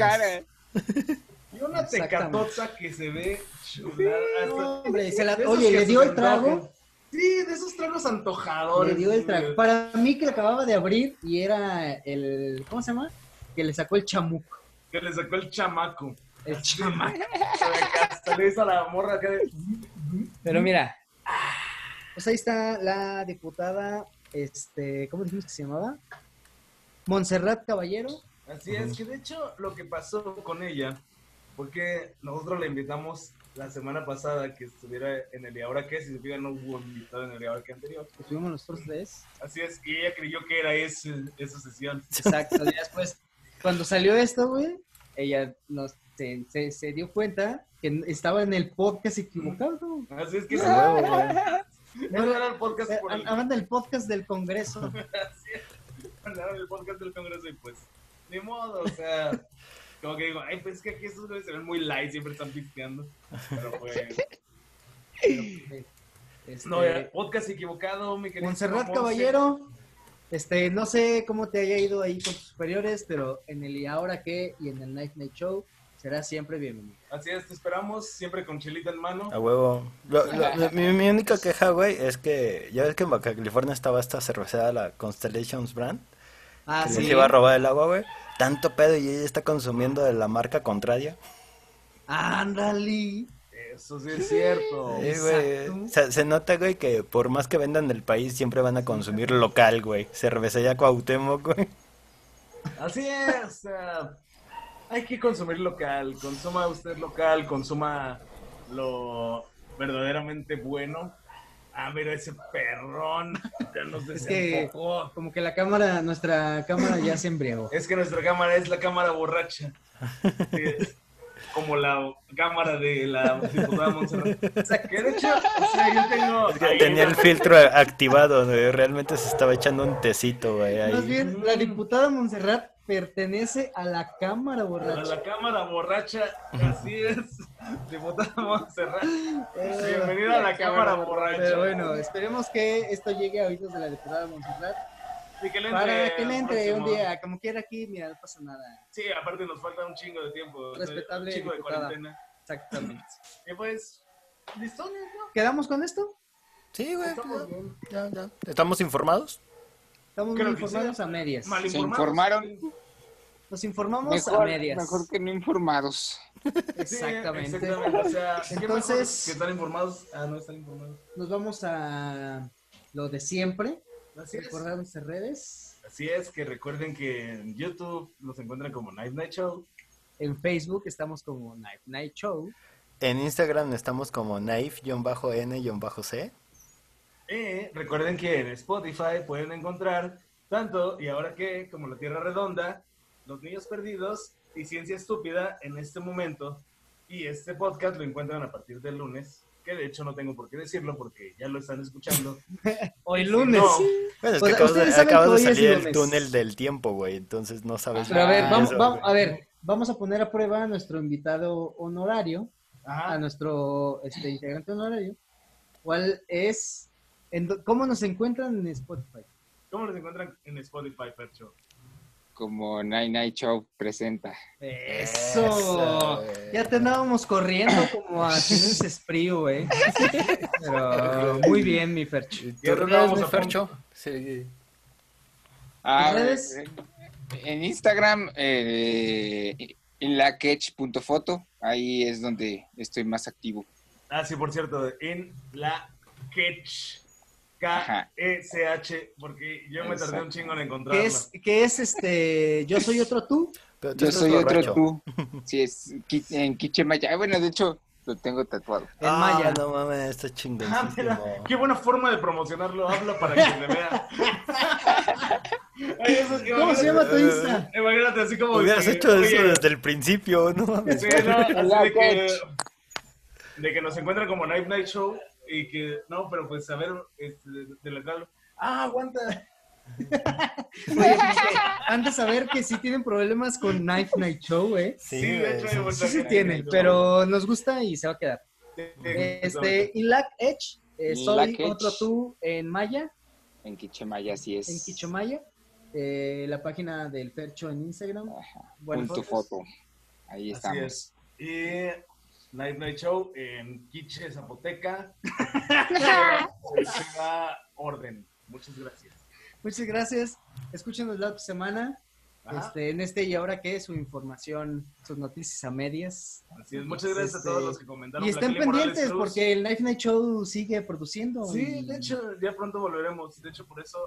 S5: Y una
S1: Exactamente.
S5: tecatota que se ve chulada.
S1: No, hombre, se la-
S5: De esos
S1: oye,
S5: que
S1: le
S5: se
S1: dio el
S5: antojan.
S1: trago,
S5: Sí, de esos tragos antojadores.
S1: le dio el
S5: güey.
S1: trago. Para mí que lo acababa de abrir y era el, ¿cómo se llama? Que le sacó el chamuco.
S5: Que le sacó el chamaco.
S1: El chamaco.
S5: Hasta le hizo a la morra acá de...
S1: Pero mira, Mm. pues ahí está la diputada, este, ¿cómo dijimos que se llamaba? Montserrat Caballero.
S5: Así es, que de hecho lo que pasó con ella, porque nosotros la invitamos la semana pasada que estuviera en el y ahora qué, si se fijan no hubo invitado en el y ahora qué anterior.
S1: que Tuvimos nosotros tres.
S5: Así es, y ella creyó que era ese, esa sesión.
S1: Exacto. Ya después, cuando salió esto, güey, ella nos, se, se- se dio cuenta que estaba en el podcast equivocado.
S5: Así es que
S2: A huevo, güey.
S5: no era el podcast
S1: Eh,
S5: por el,
S1: Hablan del podcast del Congreso.
S5: mandaron el podcast del Congreso y pues, ni modo, o sea, como que digo, ay, pues es que aquí estos güeyes se ven muy light, siempre están pisteando. Pero pues,
S1: Este,
S5: no, era podcast equivocado, mi querido.
S1: Montserrat
S5: Monse.
S1: Caballero, este, no sé cómo te haya ido ahí con tus superiores, pero en el y ahora qué y en el Night Night Show será siempre bienvenido.
S5: Así es, te esperamos, siempre con chelita en mano.
S2: A huevo. Lo- lo- mi, mi única queja, güey, es que ya ves que en Baja California estaba esta cervecera, la Constellations Brand,
S1: Ah,
S2: que
S1: sí.
S2: les iba a robar el agua, güey. Tanto pedo y ella está consumiendo de la marca contraria.
S1: Ándale.
S5: Eso sí es cierto.
S2: Eh, güey,
S1: exacto.
S2: se, se nota, güey, que por más que vendan del país, siempre van a consumir local, güey. Cervecería Cuauhtémoc, güey.
S5: Así es. o sea, hay que consumir local. Consuma usted local, consuma lo verdaderamente bueno. Ah, mira ese perrón. Ya nos
S1: Es que
S5: desenfocó.
S1: como que la cámara, nuestra cámara ya se embriagó.
S5: Es que nuestra cámara es la cámara borracha. Sí, es como la cámara de la diputada Montserrat. O sea, que de hecho, o sea, yo tengo. ahí
S2: Tenía
S5: una-
S2: el filtro a- activado, güey. Realmente se estaba echando un tecito, güey.
S1: Más
S2: ahí.
S1: bien, la diputada Montserrat pertenece a la cámara
S5: A
S1: borracha.
S5: la cámara borracha, así es, diputada Montserrat. Bienvenida a la cámara borracha.
S1: Pero bueno, esperemos que esto llegue a oídos de la diputada Montserrat
S5: Y que le entre
S1: para que le entre un
S5: próximo.
S1: día, como quiera aquí, mira, no pasa nada.
S5: Sí, aparte nos falta un chingo de tiempo.
S1: Respetable
S5: Un chingo de
S1: diputada.
S5: cuarentena.
S1: Exactamente.
S5: Y pues, listones, ¿no?
S1: ¿Quedamos con esto?
S2: Sí, güey.
S5: Estamos bien.
S2: ya, ya. ¿Estamos informados?
S1: Estamos
S5: Creo
S1: muy
S5: que
S1: informados
S5: sí.
S1: a medias.
S5: Mal
S4: Se
S5: informados.
S4: informaron.
S1: Nos informamos a
S4: Mejor,
S1: medias.
S4: mejor que no informados.
S5: Sí,
S1: Exactamente.
S5: exactamente. O sea, ¿qué mejor
S1: Entonces-
S5: Que están informados. Ah, no están informados.
S1: Nos vamos a lo de siempre.
S5: Así es.
S1: Recordar nuestras redes.
S5: Así es, que recuerden que en YouTube nos encuentran como Night Night Show.
S1: En Facebook estamos como Night Night Show.
S2: En Instagram estamos como naif-n-c.
S5: Eh, recuerden que en Spotify pueden encontrar tanto y ahora que como La Tierra Redonda, Los Niños Perdidos y Ciencia Estúpida en este momento. Y este podcast lo encuentran a partir del lunes, que de hecho no tengo por qué decirlo porque ya lo están escuchando.
S1: Hoy
S5: Si
S1: lunes.
S5: no,
S2: Bueno, es
S1: O
S2: que
S1: sea,
S2: acabas de,
S1: ustedes saben
S2: acabas
S1: que
S2: de
S1: hoy es
S2: salir del
S1: lunes.
S2: túnel del tiempo, güey. Entonces no sabes.
S6: Pero a ver,
S2: nada de
S6: vamos,
S2: Ah, eso,
S6: vamos-
S2: güey.
S6: a ver, vamos a poner a prueba a nuestro invitado honorario, a
S1: Ah.
S5: Ajá.
S6: nuestro este, integrante honorario. ¿Cuál es? en do- ¿Cómo nos encuentran en Spotify?
S5: ¿Cómo los encuentran en Spotify, Percho?
S4: Como Night Night Show presenta.
S2: Eso,
S1: Eso.
S2: güey.
S1: Ya te andábamos corriendo como a tienes esfrío, güey. Pero muy bien, mi Ferch.
S2: ¿Y
S5: Ya
S2: ¿Tú recuerdas,
S5: retomamos
S2: mi
S5: a fondo.
S2: Fercho? Sí.
S4: Ah,
S1: ¿Redes?
S4: eh, En Instagram, eh, en la catch.foto, ahí es donde estoy más activo.
S5: Ah, sí, por cierto, en la Ketch.
S4: Ajá.
S5: K-E-C-H, porque yo me tardé
S4: Exacto.
S5: un chingo en encontrarla.
S1: ¿Qué es, qué es este? Yo soy otro tú.
S2: Pero tú
S4: Yo
S2: estás
S4: soy
S2: borracho.
S4: otro tú. Sí, es Qui- en Quichemaya. Ah, Bueno, de hecho, lo tengo tatuado.
S1: En
S2: Ah,
S1: maya.
S2: no mames, está
S5: Ah, mira,
S2: chingoncísimo.
S5: qué buena forma de promocionarlo. Habla para que me vea. Ay, eso que
S6: ¿Cómo se
S5: imagínate-
S6: llama tu Insta?
S5: Imagínate así como.
S2: Hubieras
S5: que,
S2: hecho eso
S5: oye,
S2: desde el principio, ¿no? mames.
S5: sí, no, así
S4: Hola,
S5: de, que, de que nos encuentra como Night Night Show y que. No, pero pues a ver, este, de, de la cual- Ah, aguanta.
S6: Oye, Antes a ver que sí tienen problemas con Night Night Show, ¿eh?
S2: Sí,
S5: de hecho,
S2: güey, sí,
S5: hay
S1: Sí, sí
S5: mucha-
S1: tiene, pero nos gusta y se va a quedar. Este, y Lack Edge, eh, soy
S4: Lack Edge.
S1: otro tú en maya,
S4: En Quichemaya, así es.
S1: en Quichomaya. Eh, la página del Fercho en Instagram.
S4: Ajá,
S1: Buenas
S4: punto
S1: fotos.
S4: foto. Ahí
S5: Así
S4: estamos.
S5: es. Y Night Night Show en Quiche Zapoteca. Se da orden. Muchas gracias.
S1: Muchas gracias. Escúchenos la otra semana.
S5: Ajá.
S1: Este, en este y ahora qué, su información, sus noticias a medias.
S5: Así es. Muchas gracias a todos los que comentaron.
S1: este, Y estén
S5: Blaquele Morales
S1: pendientes
S5: Cruz.
S1: porque el Knife Night Show sigue produciendo.
S5: Sí,
S1: y-
S5: de hecho, ya pronto volveremos. De hecho, por eso,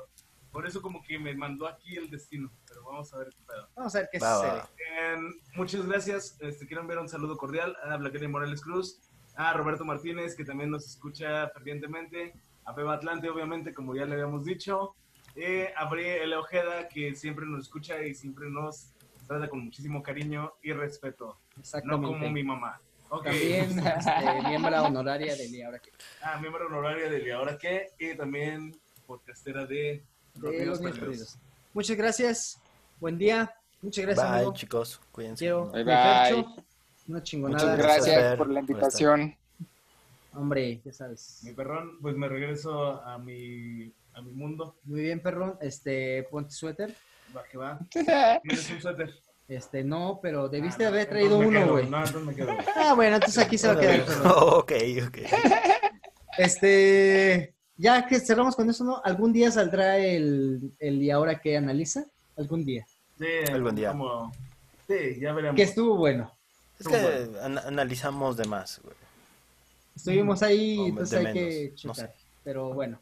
S5: por eso como que me mandó aquí el destino. Pero vamos a ver qué pedo.
S1: Vamos a ver qué
S2: Va, va,
S1: sucede.
S2: va.
S5: Em, muchas gracias. Este, quiero enviar un saludo cordial a Blaquelia Morales Cruz, a Roberto Martínez, que también nos escucha fervientemente, a Peba Atlante, obviamente, como ya le habíamos dicho, eh, a Brie L. Ojeda, que siempre nos escucha y siempre nos trata con muchísimo cariño y respeto, no
S1: Exactamente.
S5: como mi mamá. Ok,
S1: También este, miembro honoraria del y ahora qué.
S5: ah, miembro honoraria de ¿Y ahora qué? Y también podcastera de Los
S1: de
S5: Niños
S1: los niños
S5: Perdidos.
S1: perdidos. Muchas gracias. Buen día. Muchas gracias,
S2: Bye,
S1: amigo.
S2: chicos. Cuídense.
S1: Quiero mi
S4: Bye, bye.
S1: Fercho. Una
S2: Muchas
S1: chingonada.
S2: gracias,
S4: Gracias
S2: Fer,
S4: por la
S2: por estar.
S4: invitación.
S1: Hombre, ya sabes.
S5: Mi perrón, pues me regreso a mi, a mi mundo.
S1: Muy bien, perrón. Este, ponte suéter.
S5: Va que va. Tienes un suéter.
S1: Este, no, pero debiste
S5: Ah, no,
S1: haber
S5: entonces
S1: traído
S5: me
S1: uno,
S5: quedo,
S1: güey.
S5: No, entonces me quedo.
S1: Ah, bueno, entonces aquí se va a quedar el perrón.
S2: ok, ok.
S1: Este, ya que cerramos con eso, ¿no? Algún día saldrá el, el y ahora que analiza. Algún día.
S5: Sí,
S2: Algún día.
S5: como- sí, ya veremos.
S1: Que estuvo bueno.
S2: Es que an- analizamos de más, güey.
S1: Estuvimos ahí,
S2: O
S1: entonces
S2: de
S1: hay que
S2: menos, no
S1: checar. Pero bueno.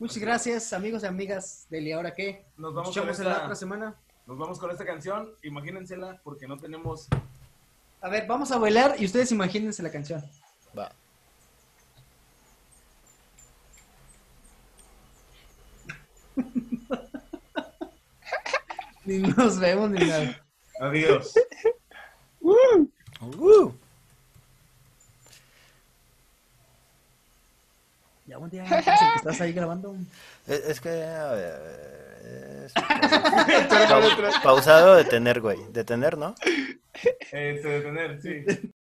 S1: Muchas gracias, amigos y amigas del y ahora qué. Nos
S5: Nos vamos, con
S1: escuchamos en la
S5: esta,
S1: otra semana.
S5: nos vamos con esta canción. Imagínensela porque no tenemos.
S1: A ver, vamos a bailar y ustedes imagínense la canción.
S2: Va.
S1: Ni nos vemos ni nada.
S5: Adiós.
S2: Uh.
S1: Ya buen día, pues, el que estás ahí grabando.
S2: Es, es que. a ver, es- Pau- pausado, detener, güey. Detener, ¿no?
S5: Este, detener, eh, sí.